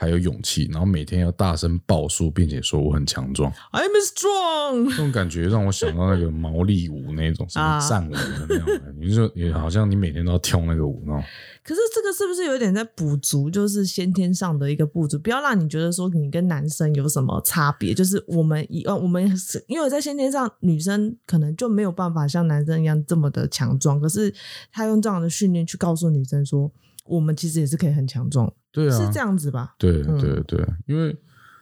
Speaker 1: 还有勇气，然后每天要大声报数，并且说我很强壮。
Speaker 2: I'm strong。
Speaker 1: 这种感觉让我想到那个毛利舞那种什么
Speaker 2: 啊
Speaker 1: 战舞的那种感觉，你就也好像你每天都要跳那个舞那种。
Speaker 2: 可是这个是不是有点在补足，就是先天上的一个不足？不要让你觉得说你跟男生有什么差别，就是我们以呃我们是因为在先天上，女生可能就没有办法像男生一样这么的强壮，可是他用这样的训练去告诉女生说，我们其实也是可以很强壮，
Speaker 1: 对啊，
Speaker 2: 是这样子吧？
Speaker 1: 对
Speaker 2: 嗯
Speaker 1: 对对，因为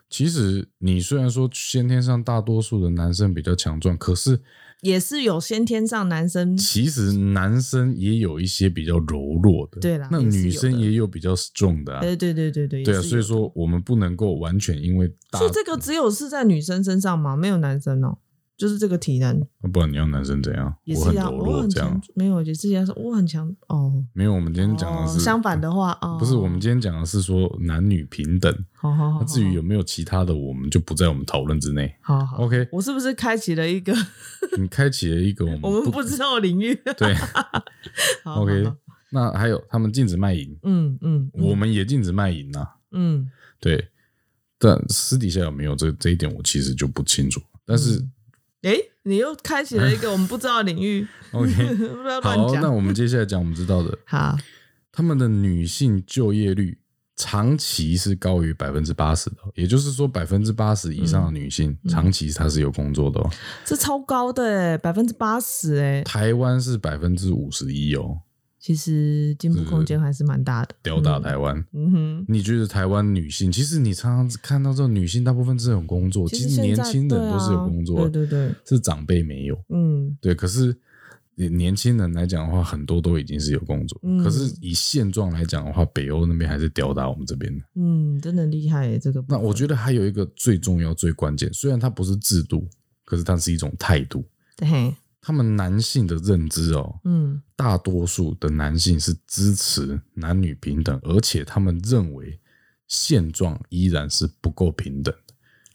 Speaker 1: 其实你虽然说先天上大多数的男生比较强壮，可是
Speaker 2: 也是有先天上男生
Speaker 1: 其实男生也有一些比较柔弱的，
Speaker 2: 对啦
Speaker 1: 那
Speaker 2: 也是
Speaker 1: 女
Speaker 2: 有
Speaker 1: 生
Speaker 2: 的
Speaker 1: 也有比较 strong 的啊，
Speaker 2: 对对对对对，
Speaker 1: 对
Speaker 2: 也
Speaker 1: 啊，
Speaker 2: 是
Speaker 1: 所以
Speaker 2: 有，
Speaker 1: 说我们不能够完全因为大嗯
Speaker 2: 所，以这个只有是在女生身上嘛，没有男生哦，就是这个体能
Speaker 1: 不然你要男生怎样？
Speaker 2: 也
Speaker 1: 我
Speaker 2: 是
Speaker 1: 很
Speaker 2: 一样，
Speaker 1: 柔
Speaker 2: 我
Speaker 1: 弱
Speaker 2: 很
Speaker 1: 这样
Speaker 2: 强，，没有，也是一样，说我很强哦。
Speaker 1: 没有。我们今天讲的
Speaker 2: 哦
Speaker 1: 是
Speaker 2: 相反，的话哦，
Speaker 1: 不是我们今天讲的是说男女平等。
Speaker 2: 好好好，
Speaker 1: 那至于有没哦有其他的，我们就不在我们讨论之内。
Speaker 2: 好好好
Speaker 1: OK，
Speaker 2: 我是不是开启了一个
Speaker 1: 嗯你开启了一个我们
Speaker 2: 我们不知道的领域？
Speaker 1: 对
Speaker 2: 好好
Speaker 1: ，OK
Speaker 2: 好。
Speaker 1: 那还有他们禁止卖淫，
Speaker 2: 嗯嗯，嗯
Speaker 1: 我们也禁止卖淫呐、
Speaker 2: 嗯
Speaker 1: 对，但私底下有没有这这一点，我其实就不清楚。但是、
Speaker 2: 嗯诶，你又开启了一个我们不知道的 领域，
Speaker 1: OK，
Speaker 2: 不要乱
Speaker 1: 好，那
Speaker 2: 讲。
Speaker 1: 我们接下来讲我们知道的，
Speaker 2: 好，
Speaker 1: 他们的女性就业率长期是高于百分之八十的，也就是说百分之八十以上的女性、
Speaker 2: 嗯
Speaker 1: 长期她是有工作的、哦。
Speaker 2: 这超高的百分之八十哎，
Speaker 1: 台湾是百分之五十一哦，
Speaker 2: 其实进步空间还是蛮大的。
Speaker 1: 吊打
Speaker 2: 嗯
Speaker 1: 台湾。
Speaker 2: 嗯哼，
Speaker 1: 你觉得台湾女性，其实你常常看到这种女性，大部分是有工作，其
Speaker 2: 实
Speaker 1: 实
Speaker 2: 现
Speaker 1: 年
Speaker 2: 在
Speaker 1: 轻人都是有
Speaker 2: 对啊
Speaker 1: 工作的，
Speaker 2: 对对对，
Speaker 1: 是长辈没有。
Speaker 2: 嗯，
Speaker 1: 对，可是你年轻人来讲的话，很多都已经是有工作。
Speaker 2: 嗯
Speaker 1: 可是以现状来讲的话，北欧那边还是吊打我们这边的。
Speaker 2: 嗯，真的很厉害耶，这个部
Speaker 1: 那
Speaker 2: 分。
Speaker 1: 我觉得还有一个最重要、最关键，虽然它不是制度，可是它是一种态度。
Speaker 2: 得嘿，
Speaker 1: 他们男性的认知哦，
Speaker 2: 嗯
Speaker 1: 大多数的男性是支持男女平等，而且他们认为现状依然是不够平等。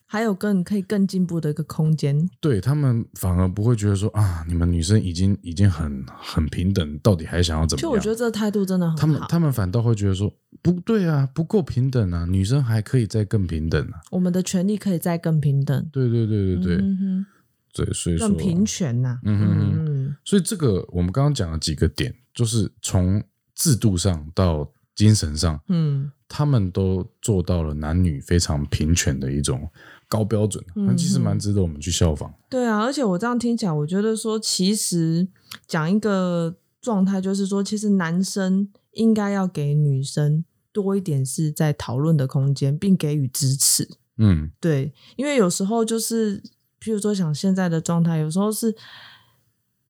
Speaker 2: 还有更可以更进步的一个空间。
Speaker 1: 对他们反而不会觉得说啊，你们女生已经已经很很平等，到底还想要怎么
Speaker 2: 就
Speaker 1: 样？
Speaker 2: 我觉得这个态度真的很好。
Speaker 1: 他们他们反倒会觉得说不对啊，不够平等啊，女生还可以再更平等啊。
Speaker 2: 我们的权利可以再更平等，
Speaker 1: 对对对对对、
Speaker 2: 嗯哼
Speaker 1: 对，所以
Speaker 2: 哼
Speaker 1: 说
Speaker 2: 更，平权呐、
Speaker 1: 嗯哼哼
Speaker 2: 嗯
Speaker 1: 所以这个我们刚刚讲了几个点，就是从制度上到精神上，
Speaker 2: 嗯
Speaker 1: 他们都做到了男女非常平权的一种高标准，
Speaker 2: 嗯
Speaker 1: 那、其实蛮值得我们去效仿。
Speaker 2: 对啊。而且我这样听起来，我觉得说，其实讲一个状态，就是说，其实男生应该要给女生多一点是在讨论的空间，并给予支持。
Speaker 1: 嗯，
Speaker 2: 对，因为有时候就是，譬如说像现在的状态，有时候是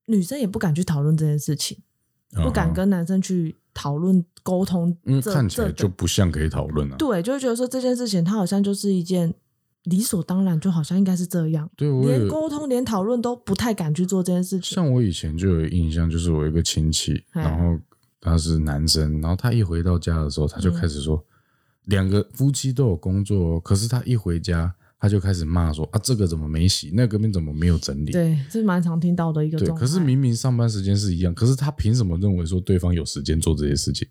Speaker 2: 女生也不敢去讨论这件事情，不敢
Speaker 1: 啊哈，
Speaker 2: 跟男生去讨论沟通这，
Speaker 1: 因为嗯看起来
Speaker 2: 这
Speaker 1: 就不像可以讨论啊。
Speaker 2: 对，就会觉得说这件事情，它好像就是一件理所当然，就好像应该是这样，
Speaker 1: 对，我
Speaker 2: 连
Speaker 1: 有
Speaker 2: 沟通、连讨论都不太敢去做这件事情。
Speaker 1: 像我以前就有印象，就是我有一个亲戚，
Speaker 2: 哎
Speaker 1: 然后他是男生，然后他一回到家的时候，他就开始说，
Speaker 2: 嗯
Speaker 1: 两个夫妻都有工作、哦，可是他一回家，他就开始骂说啊，这个怎么没洗，那个边怎么没有整理？
Speaker 2: 对，这是蛮常听到的一个
Speaker 1: 对，
Speaker 2: 状态。
Speaker 1: 可是明明上班时间是一样，可是他凭什么认为说对方有时间做这些事情？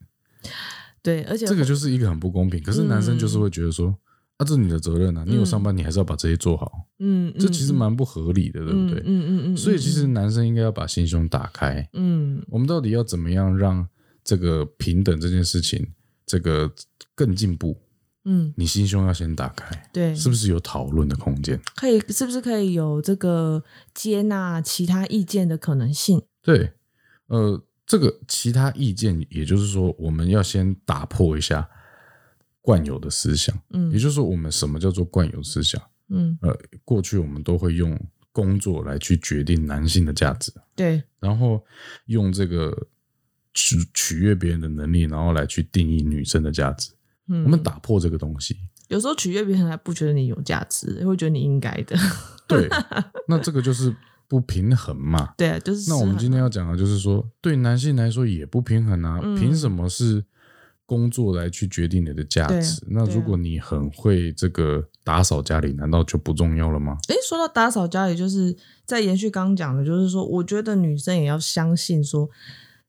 Speaker 2: 对，而且
Speaker 1: 这个就是一个很不公平。可是男生就是会觉得
Speaker 2: 嗯
Speaker 1: 说，啊，这是你的责任啊，你有上班，你还是要把这些做好，
Speaker 2: 嗯，嗯
Speaker 1: 这其实蛮不合理的，对
Speaker 2: 嗯
Speaker 1: 不对？
Speaker 2: 嗯嗯嗯，
Speaker 1: 所以其实男生应该要把心胸打开，
Speaker 2: 嗯
Speaker 1: 我们到底要怎么样让这个平等这件事情，这个更进步？
Speaker 2: 嗯
Speaker 1: 你心胸要先打开，
Speaker 2: 对，
Speaker 1: 是不是有讨论的空间？
Speaker 2: 可以是不是可以有这个接纳其他意见的可能性？
Speaker 1: 对，呃，这个其他意见，也就是说，我们要先打破一下惯有的思想，
Speaker 2: 嗯
Speaker 1: 也就是说，我们什么叫做惯有思想？
Speaker 2: 嗯，
Speaker 1: 呃，过去我们都会用工作来去决定男性的价值，
Speaker 2: 对，
Speaker 1: 然后用这个取取悦别人的能力，然后来去定义女生的价值。
Speaker 2: 嗯，
Speaker 1: 我们打破这个东西，
Speaker 2: 有时候取悦别人还不觉得你有价值，会觉得你应该的。
Speaker 1: 对，那这个就是不平衡嘛。
Speaker 2: 对，啊就是
Speaker 1: 那我们
Speaker 2: 是
Speaker 1: 今天要讲的就是说，对男性来说也不平衡啊，
Speaker 2: 嗯
Speaker 1: 凭什么是工作来去决定你的价值？那
Speaker 2: 对啊
Speaker 1: 如果你很会这个打扫家里，难道就不重要了吗？
Speaker 2: 诶，说到打扫家里，就是在延续刚刚讲的，就是说，我觉得女生也要相信说，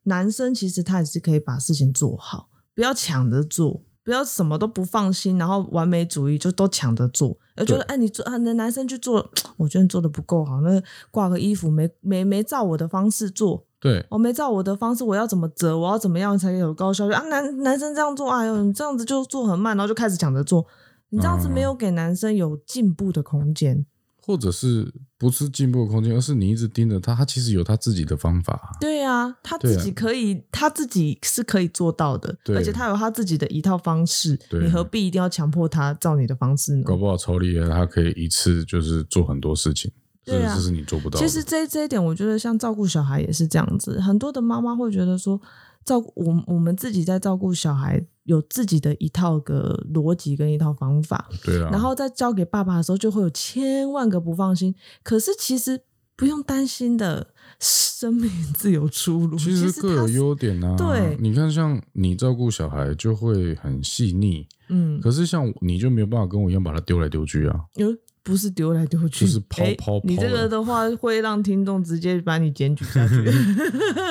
Speaker 2: 男生其实他也是可以把事情做好，不要抢着做，不要什么都不放心，然后完美主义就都抢着做，而觉得哎，你做啊，那男生去做，我觉得你做的不够好，那挂个衣服没没没照我的方式做，
Speaker 1: 对，
Speaker 2: 我没照我的方式，我要怎么折，我要怎么样才有高效率啊？男男生这样做，哎呦，你这样子就做很慢，然后就开始抢着做，你这样子没有给男生有进步的空间。
Speaker 1: 或者是不是进步的空间，而是你一直盯着他，他其实有他自己的方法啊、
Speaker 2: 对啊，他
Speaker 1: 对
Speaker 2: 自
Speaker 1: 啊
Speaker 2: 己可以，他自己是可以做到的，
Speaker 1: 对
Speaker 2: 而且他有他自己的一套方式，
Speaker 1: 对
Speaker 2: 你何必一定要强迫他照你的方式呢？
Speaker 1: 搞不好超厉害，他可以一次就是做很多事情，这
Speaker 2: 对啊
Speaker 1: 这是你做不到的。
Speaker 2: 其实这这一点，我觉得像照顾小孩也是这样子，很多的妈妈会觉得说，照顾我们我们自己在照顾小孩，有自己的一套个逻辑跟一套方法，
Speaker 1: 对啊，
Speaker 2: 然后在交给爸爸的时候，就会有千万个不放心。可是其实不用担心的，生命自有出路。
Speaker 1: 其
Speaker 2: 实
Speaker 1: 实各
Speaker 2: 他
Speaker 1: 有
Speaker 2: 是
Speaker 1: 优点啊。
Speaker 2: 对
Speaker 1: 你看像你照顾小孩就会很细腻，
Speaker 2: 嗯，
Speaker 1: 可是像你就没有办法跟我一样把它丢来丢去啊。
Speaker 2: 有呃不是丢来丢去，
Speaker 1: 就是抛
Speaker 2: 诶
Speaker 1: 抛抛
Speaker 2: 你这个的话，会让听众直接把你检举 下去。嗯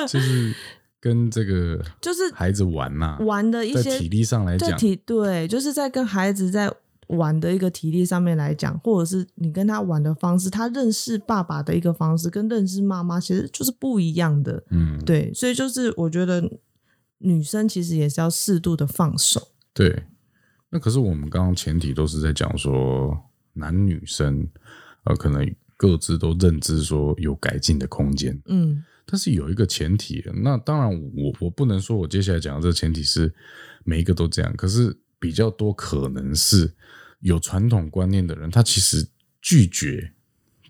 Speaker 1: 就是跟这个
Speaker 2: 就是
Speaker 1: 孩子玩呐、
Speaker 2: 玩的一
Speaker 1: 在
Speaker 2: 些
Speaker 1: 体力上来
Speaker 2: 在
Speaker 1: 讲，
Speaker 2: 体对，就是在跟孩子在玩的一个体力上面来讲，或者是你跟他玩的方式，他认识爸爸的一个方式，跟认识妈妈其实就是不一样的。
Speaker 1: 嗯，
Speaker 2: 对，所以就是我觉得女生其实也是要适度的放手。
Speaker 1: 对。那可是我们刚刚前提都是在讲说男女生，呃，可能各自都认知说有改进的空间。
Speaker 2: 嗯
Speaker 1: 但是有一个前提，啊那当然我我不能说我接下来讲的这个前提是每一个都这样，可是比较多可能是有传统观念的人，他其实拒绝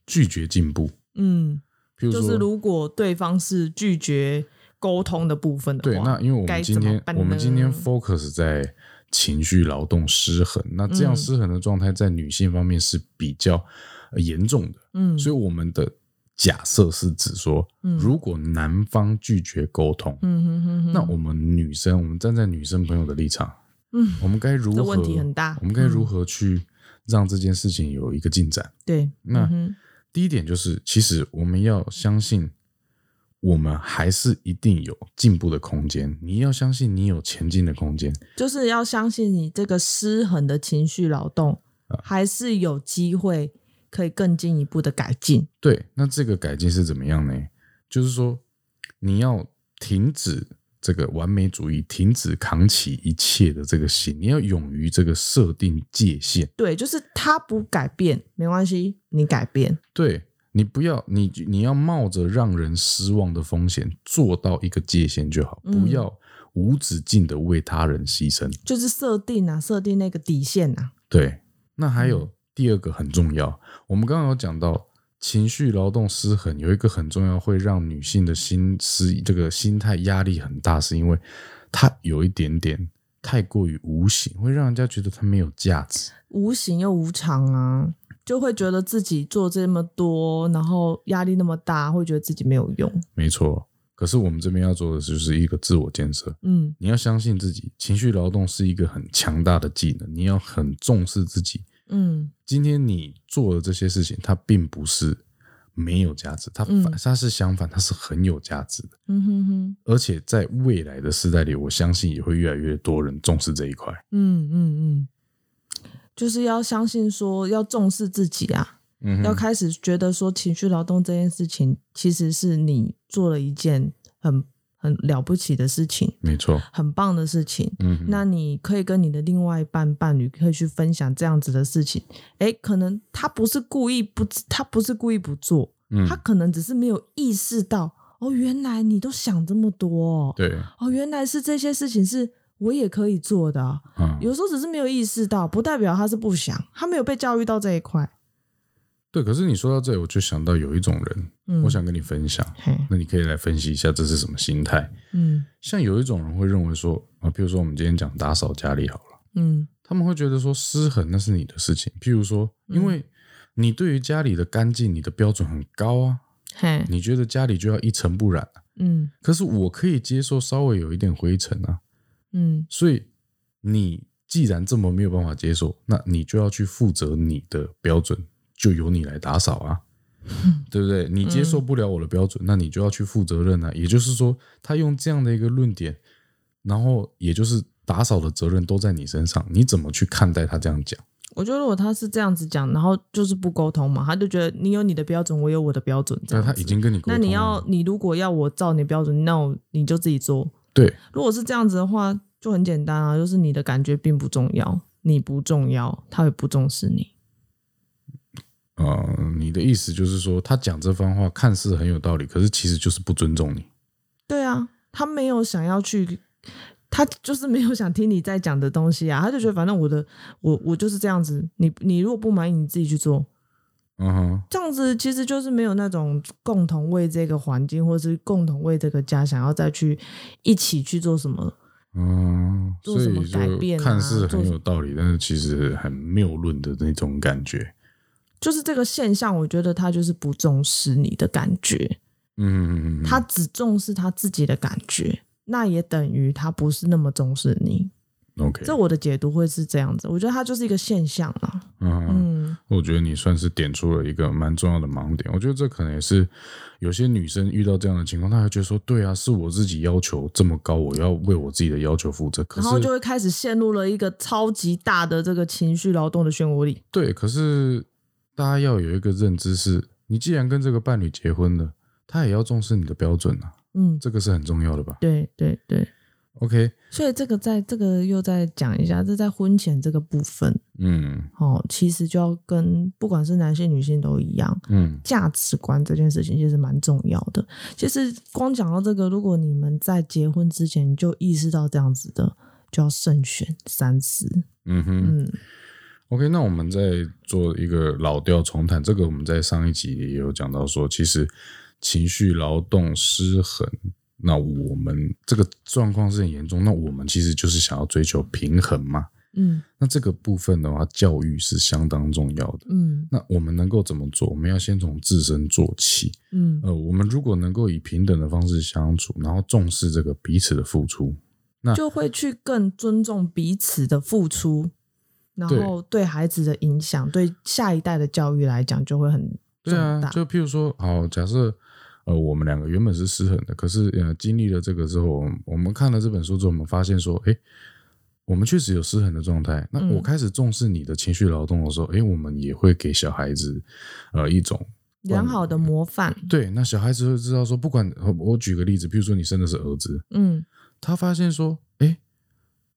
Speaker 1: 拒绝进步，
Speaker 2: 嗯，
Speaker 1: 譬如
Speaker 2: 就
Speaker 1: 说，
Speaker 2: 是如果对方是拒绝沟通的部分的
Speaker 1: 对，
Speaker 2: 话，
Speaker 1: 那因为我
Speaker 2: 该
Speaker 1: 们
Speaker 2: 怎
Speaker 1: 今
Speaker 2: 么
Speaker 1: 天
Speaker 2: 办
Speaker 1: 我们今天
Speaker 2: 呢
Speaker 1: focus 在情绪劳动失衡，那这样
Speaker 2: 嗯
Speaker 1: 失衡的状态在女性方面是比较呃严重的，
Speaker 2: 嗯，
Speaker 1: 所以我们的假设是指说，
Speaker 2: 嗯
Speaker 1: 如果男方拒绝沟通，
Speaker 2: 嗯哼哼哼，
Speaker 1: 那我们女生，我们站在女生朋友的立场，
Speaker 2: 嗯，
Speaker 1: 我们该如何？
Speaker 2: 这问题很大嗯
Speaker 1: 我们该如何去让这件事情有一个进展？
Speaker 2: 对，
Speaker 1: 那
Speaker 2: 嗯哼
Speaker 1: 第一点就是，其实我们要相信，我们还是一定有进步的空间。你要相信你有前进的空间。
Speaker 2: 就是要相信你这个失衡的情绪劳动，还是有机会可以更进一步的改进。
Speaker 1: 对，那这个改进是怎么样呢？就是说，你要停止这个完美主义，停止扛起一切的这个心，你要勇于这个设定界限。
Speaker 2: 对，就是他不改变没关系，你改变，
Speaker 1: 对你不要你你要冒着让人失望的风险，做到一个界限就好，
Speaker 2: 嗯
Speaker 1: 不要无止境的为他人牺牲。
Speaker 2: 就是设定啊，设定那个底线啊。
Speaker 1: 对，那还有第二个很重要，我们刚刚有讲到情绪劳动失衡，有一个很重要会让女性的心失这个心态压力很大，是因为她有一点点太过于无形，会让人家觉得她没有价值。
Speaker 2: 无形又无常啊，就会觉得自己做这么多，然后压力那么大，会觉得自己没有用。
Speaker 1: 没错，可是我们这边要做的就是一个自我建设。
Speaker 2: 嗯
Speaker 1: 你要相信自己，情绪劳动是一个很强大的技能，你要很重视自己。
Speaker 2: 嗯
Speaker 1: 今天你做的这些事情，它并不是没有价值，它反、
Speaker 2: 嗯
Speaker 1: 它是相反，它是很有价值的。
Speaker 2: 嗯哼哼，
Speaker 1: 而且在未来的时代里，我相信也会越来越多人重视这一块。
Speaker 2: 嗯嗯嗯，就是要相信说要重视自己啊，
Speaker 1: 嗯
Speaker 2: 要开始觉得说情绪劳动这件事情其实是你做了一件很很了不起的事情，
Speaker 1: 没错，
Speaker 2: 很棒的事情。
Speaker 1: 嗯哼，
Speaker 2: 那你可以跟你的另外一半伴侣可以去分享这样子的事情，诶，可能他不是故意不知，他不是故意不做，
Speaker 1: 嗯
Speaker 2: 他可能只是没有意识到，哦，原来你都想这么多哦，
Speaker 1: 对，
Speaker 2: 哦，原来是这些事情是我也可以做的啊、
Speaker 1: 嗯，
Speaker 2: 有时候只是没有意识到，不代表他是不想，他没有被教育到这一块。
Speaker 1: 对。可是你说到这里，我就想到有一种人，
Speaker 2: 嗯，
Speaker 1: 我，想跟你分享，
Speaker 2: 嘿，
Speaker 1: 那你可以来分析一下这是什么心态。
Speaker 2: 嗯
Speaker 1: 像有一种人会认为说啊，比如说我们今天讲打扫家里好了，
Speaker 2: 嗯
Speaker 1: 他们会觉得说失衡那是你的事情。譬如说，因为你对于家里的干净，你的标准很高啊，
Speaker 2: 嘿，
Speaker 1: 你觉得家里就要一尘不染啊、
Speaker 2: 嗯
Speaker 1: 可是我可以接受稍微有一点灰尘啊，
Speaker 2: 嗯
Speaker 1: 所以你既然这么没有办法接受，那你就要去负责你的标准，就由你来打扫啊，对不对？你接受不了我的标准，那你就要去负责任啊。也就是说，他用这样的一个论点，然后也就是打扫的责任都在你身上，你怎么去看待他这样讲？
Speaker 2: 我觉得如果他是这样子讲，然后就是不沟通嘛，他就觉得你有你的标准，我有我的标准，这
Speaker 1: 那
Speaker 2: 样
Speaker 1: 他
Speaker 2: 子
Speaker 1: 已经跟你沟通
Speaker 2: 那
Speaker 1: 了，
Speaker 2: 你要你如果要我照你的标准，那我你就自己做。
Speaker 1: 对
Speaker 2: 如果是这样子的话，就很简单啊，就是你的感觉并不重要，你不重要，他也不重视你。
Speaker 1: 呃，你的意思就是说，他讲这番话看似很有道理，可是其实就是不尊重你。
Speaker 2: 对啊，他没有想要去，他就是没有想听你在讲的东西啊，他就觉得反正我的我我就是这样子，你你如果不满意你自己去做，
Speaker 1: 嗯哼，
Speaker 2: 这样子其实就是没有那种共同为这个环境或是共同为这个家想要再去一起去做什么。
Speaker 1: 嗯，
Speaker 2: 做
Speaker 1: 所
Speaker 2: 什么
Speaker 1: 以
Speaker 2: 改变
Speaker 1: 就
Speaker 2: 啊
Speaker 1: 看似
Speaker 2: 做
Speaker 1: 很有道理，但是其实很谬论的那种感觉。
Speaker 2: 就是这个现象，我觉得他就是不重视你的感觉，
Speaker 1: 嗯，
Speaker 2: 他只重视他自己的感觉，那也等于他不是那么重视你。
Speaker 1: OK，
Speaker 2: 这我的解读会是这样子，我觉得他就是一个现象啦。
Speaker 1: 嗯，
Speaker 2: 嗯
Speaker 1: 我觉得你算是点出了一个蛮重要的盲点。我觉得这可能也是有些女生遇到这样的情况，她会觉得说，对啊，是我自己要求这么高，我要为我自己的要求负责。可
Speaker 2: 然后
Speaker 1: 是
Speaker 2: 就会开始陷入了一个超级大的这个情绪劳动的漩涡里。
Speaker 1: 对，可是大家要有一个认知是，你既然跟这个伴侣结婚了，他也要重视你的标准啊，
Speaker 2: 嗯，
Speaker 1: 这个是很重要的吧
Speaker 2: 对对对，
Speaker 1: ？OK，
Speaker 2: 所以这个在这个又再讲一下，这在婚前这个部分
Speaker 1: 嗯
Speaker 2: 哦，其实就要跟不管是男性女性都一样，
Speaker 1: 嗯
Speaker 2: 价值观这件事情其实蛮重要的。其实光讲到这个，如果你们在结婚之前你就意识到这样子的，就要慎选三思。
Speaker 1: 嗯哼。
Speaker 2: 嗯
Speaker 1: OK，那我们再做一个老调重弹，这个我们在上一集也有讲到说，其实情绪劳动失衡，那我们这个状况是很严重，那我们其实就是想要追求平衡嘛。
Speaker 2: 嗯
Speaker 1: 那这个部分的话，教育是相当重要的。
Speaker 2: 嗯
Speaker 1: 那我们能够怎么做？我们要先从自身做起。
Speaker 2: 嗯
Speaker 1: 呃，我们如果能够以平等的方式相处，然后重视这个彼此的付出，嗯
Speaker 2: 就会去更尊重彼此的付出，然
Speaker 1: 对
Speaker 2: 后对孩子的影响，对下一代的教育来讲就会很
Speaker 1: 对啊
Speaker 2: 重大，
Speaker 1: 就譬如说，好，假设呃，我们两个原本是失衡的，可是呃，经历了这个之后，我们我们看了这本书之后，我们发现说，诶，我们确实有失衡的状态。那
Speaker 2: 嗯
Speaker 1: 我开始重视你的情绪劳动的时候，诶，我们也会给小孩子呃一种
Speaker 2: 良好的模范。
Speaker 1: 对，那小孩子会知道说，不管呃我举个例子，譬如说你生的是儿子，
Speaker 2: 嗯
Speaker 1: 他发现说，诶，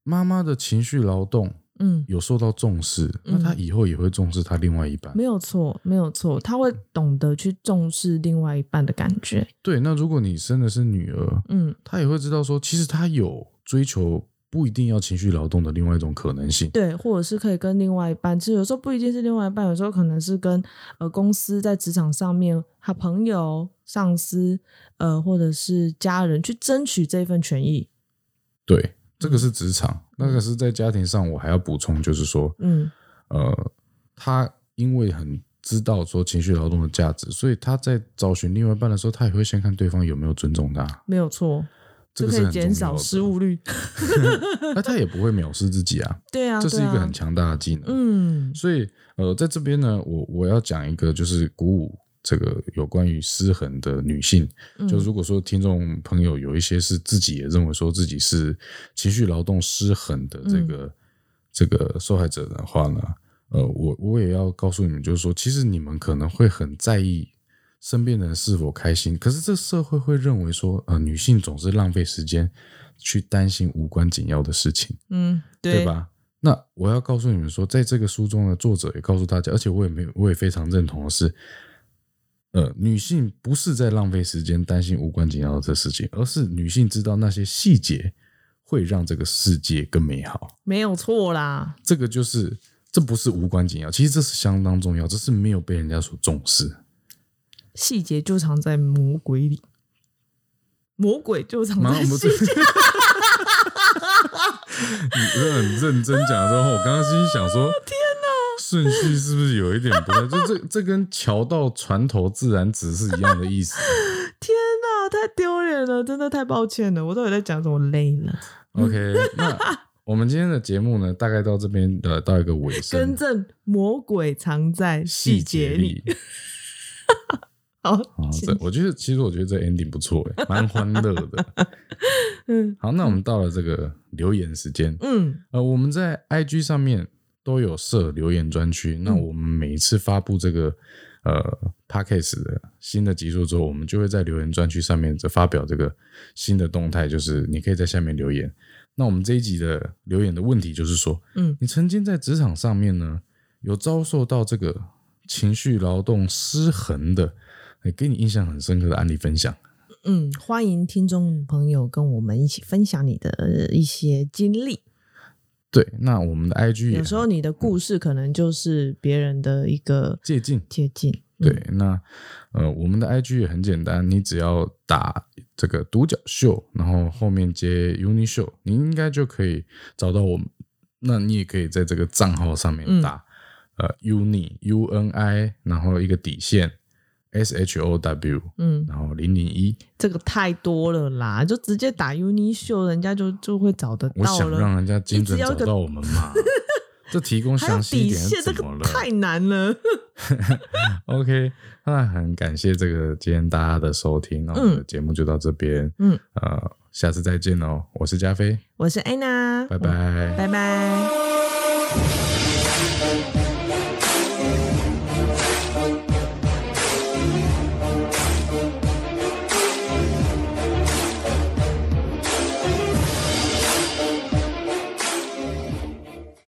Speaker 1: 妈妈的情绪劳动
Speaker 2: 嗯，
Speaker 1: 有受到重视，那他
Speaker 2: 嗯
Speaker 1: 以后也会重视他另外一半。
Speaker 2: 没有错，没有错，他会懂得去重视另外一半的感觉。
Speaker 1: 对，那如果你生的是女儿，
Speaker 2: 嗯，
Speaker 1: 他也会知道说，其实他有追求不一定要情绪劳动的另外一种可能性。
Speaker 2: 对，或者是可以跟另外一半，其实有时候不一定是另外一半，有时候可能是跟呃公司在职场上面，他朋友、上司，呃，或者是家人去争取这份权益。
Speaker 1: 对，这
Speaker 2: 嗯
Speaker 1: 个是职场，那个是在家庭上，我还要补充，就是说，
Speaker 2: 嗯
Speaker 1: 呃，他因为很知道说情绪劳动的价值，所以他在找寻另外一半的时候，他也会先看对方有没有尊重他，
Speaker 2: 没有错，
Speaker 1: 这
Speaker 2: 就
Speaker 1: 个是
Speaker 2: 可以
Speaker 1: 很重
Speaker 2: 减
Speaker 1: 要
Speaker 2: 少
Speaker 1: 的
Speaker 2: 失，误率。
Speaker 1: 那他也不会藐视自己啊，
Speaker 2: 对 啊，
Speaker 1: 这是
Speaker 2: 对
Speaker 1: 一个
Speaker 2: 啊
Speaker 1: 很强大的技能。
Speaker 2: 嗯
Speaker 1: 所以，呃，在这边呢，我我要讲一个就是鼓舞这个有关于失衡的女性。
Speaker 2: 嗯
Speaker 1: 就如果说听众朋友有一些是自己也认为说自己是情绪劳动失衡的这个、这个受害者的话呢，呃，我我也要告诉你们，就是说，其实你们可能会很在意身边的人是否开心，可是这社会会认为说，呃，女性总是浪费时间去担心无关紧要的事情。
Speaker 2: 嗯，
Speaker 1: 对？吧？那我要告诉你们说，在这个书中的作者也告诉大家，而且我也没有，我也非常认同的是，呃，女性不是在浪费时间担心无关紧要的事情，而是女性知道那些细节会让这个世界更美好。
Speaker 2: 没有错啦。
Speaker 1: 这个就是，这不是无关紧要，其实这是相当重要，这是没有被人家所重视。
Speaker 2: 细节就藏在魔鬼里，魔鬼就藏
Speaker 1: 妈，
Speaker 2: 在
Speaker 1: 我们
Speaker 2: 细
Speaker 1: 这。 你真的很认真讲的时候，我刚刚心里想说，天哪，顺序是不是有一点不太？就这这跟桥到船头自然直是一样的意 思。
Speaker 2: 天哪，太丢脸了，真的太抱歉了，我到底在讲什么？累了，
Speaker 1: OK，那我们今天的节目呢，大概到这边呃到一个尾声
Speaker 2: 更，正魔鬼藏在细节里。。好
Speaker 1: 啊，，
Speaker 2: 谢
Speaker 1: 这我觉得其实我觉得这 ending 不错诶，蛮欢乐的。
Speaker 2: 嗯
Speaker 1: 好，那我们到了这个留言时间，
Speaker 2: 嗯
Speaker 1: 呃，我们在 IG 上面都有设留言专区。那
Speaker 2: 嗯
Speaker 1: 我们每一次发布这个呃 Podcast 的新的集数之后，我们就会在留言专区上面发表这个新的动态，就是你可以在下面留言。那我们这一集的留言的问题就是说，
Speaker 2: 嗯
Speaker 1: 你曾经在职场上面呢，有遭受到这个情绪劳动失衡的，呃给你印象很深刻的案例分享。
Speaker 2: 嗯，欢迎听众朋友跟我们一起分享你的呃一些经历。
Speaker 1: 对，那我们的 IG 也
Speaker 2: 有时候你的故事可能就是别人的一个
Speaker 1: 借镜，
Speaker 2: 接近。嗯
Speaker 1: 对，那呃，我们的 IG 也很简单，你只要打这个独角秀，然后后面接 Uni 秀，你应该就可以找到我们。那你也可以在这个账号上面
Speaker 2: 嗯
Speaker 1: 打、呃 Uni U N I，然后一个底线 S H O W，
Speaker 2: 嗯，
Speaker 1: 然后零零一。
Speaker 2: 这个太多了啦，就直接打 Uni 秀，人家就就会找得
Speaker 1: 我
Speaker 2: 到
Speaker 1: 想让
Speaker 2: 了。
Speaker 1: 人家精准
Speaker 2: 你只要
Speaker 1: 找
Speaker 2: 一个
Speaker 1: 到我们 嘛，这提供
Speaker 2: 还有
Speaker 1: 详细一
Speaker 2: 底
Speaker 1: 点
Speaker 2: 线，这
Speaker 1: 怎
Speaker 2: 个
Speaker 1: 么了？
Speaker 2: 太难了。
Speaker 1: OK，那很感谢这个今天大家的收听，那我们的节目就到这边，
Speaker 2: 嗯，
Speaker 1: 哦呃，下次再见喽，我是加菲，
Speaker 2: 我是安娜，
Speaker 1: 拜拜。
Speaker 2: 拜拜。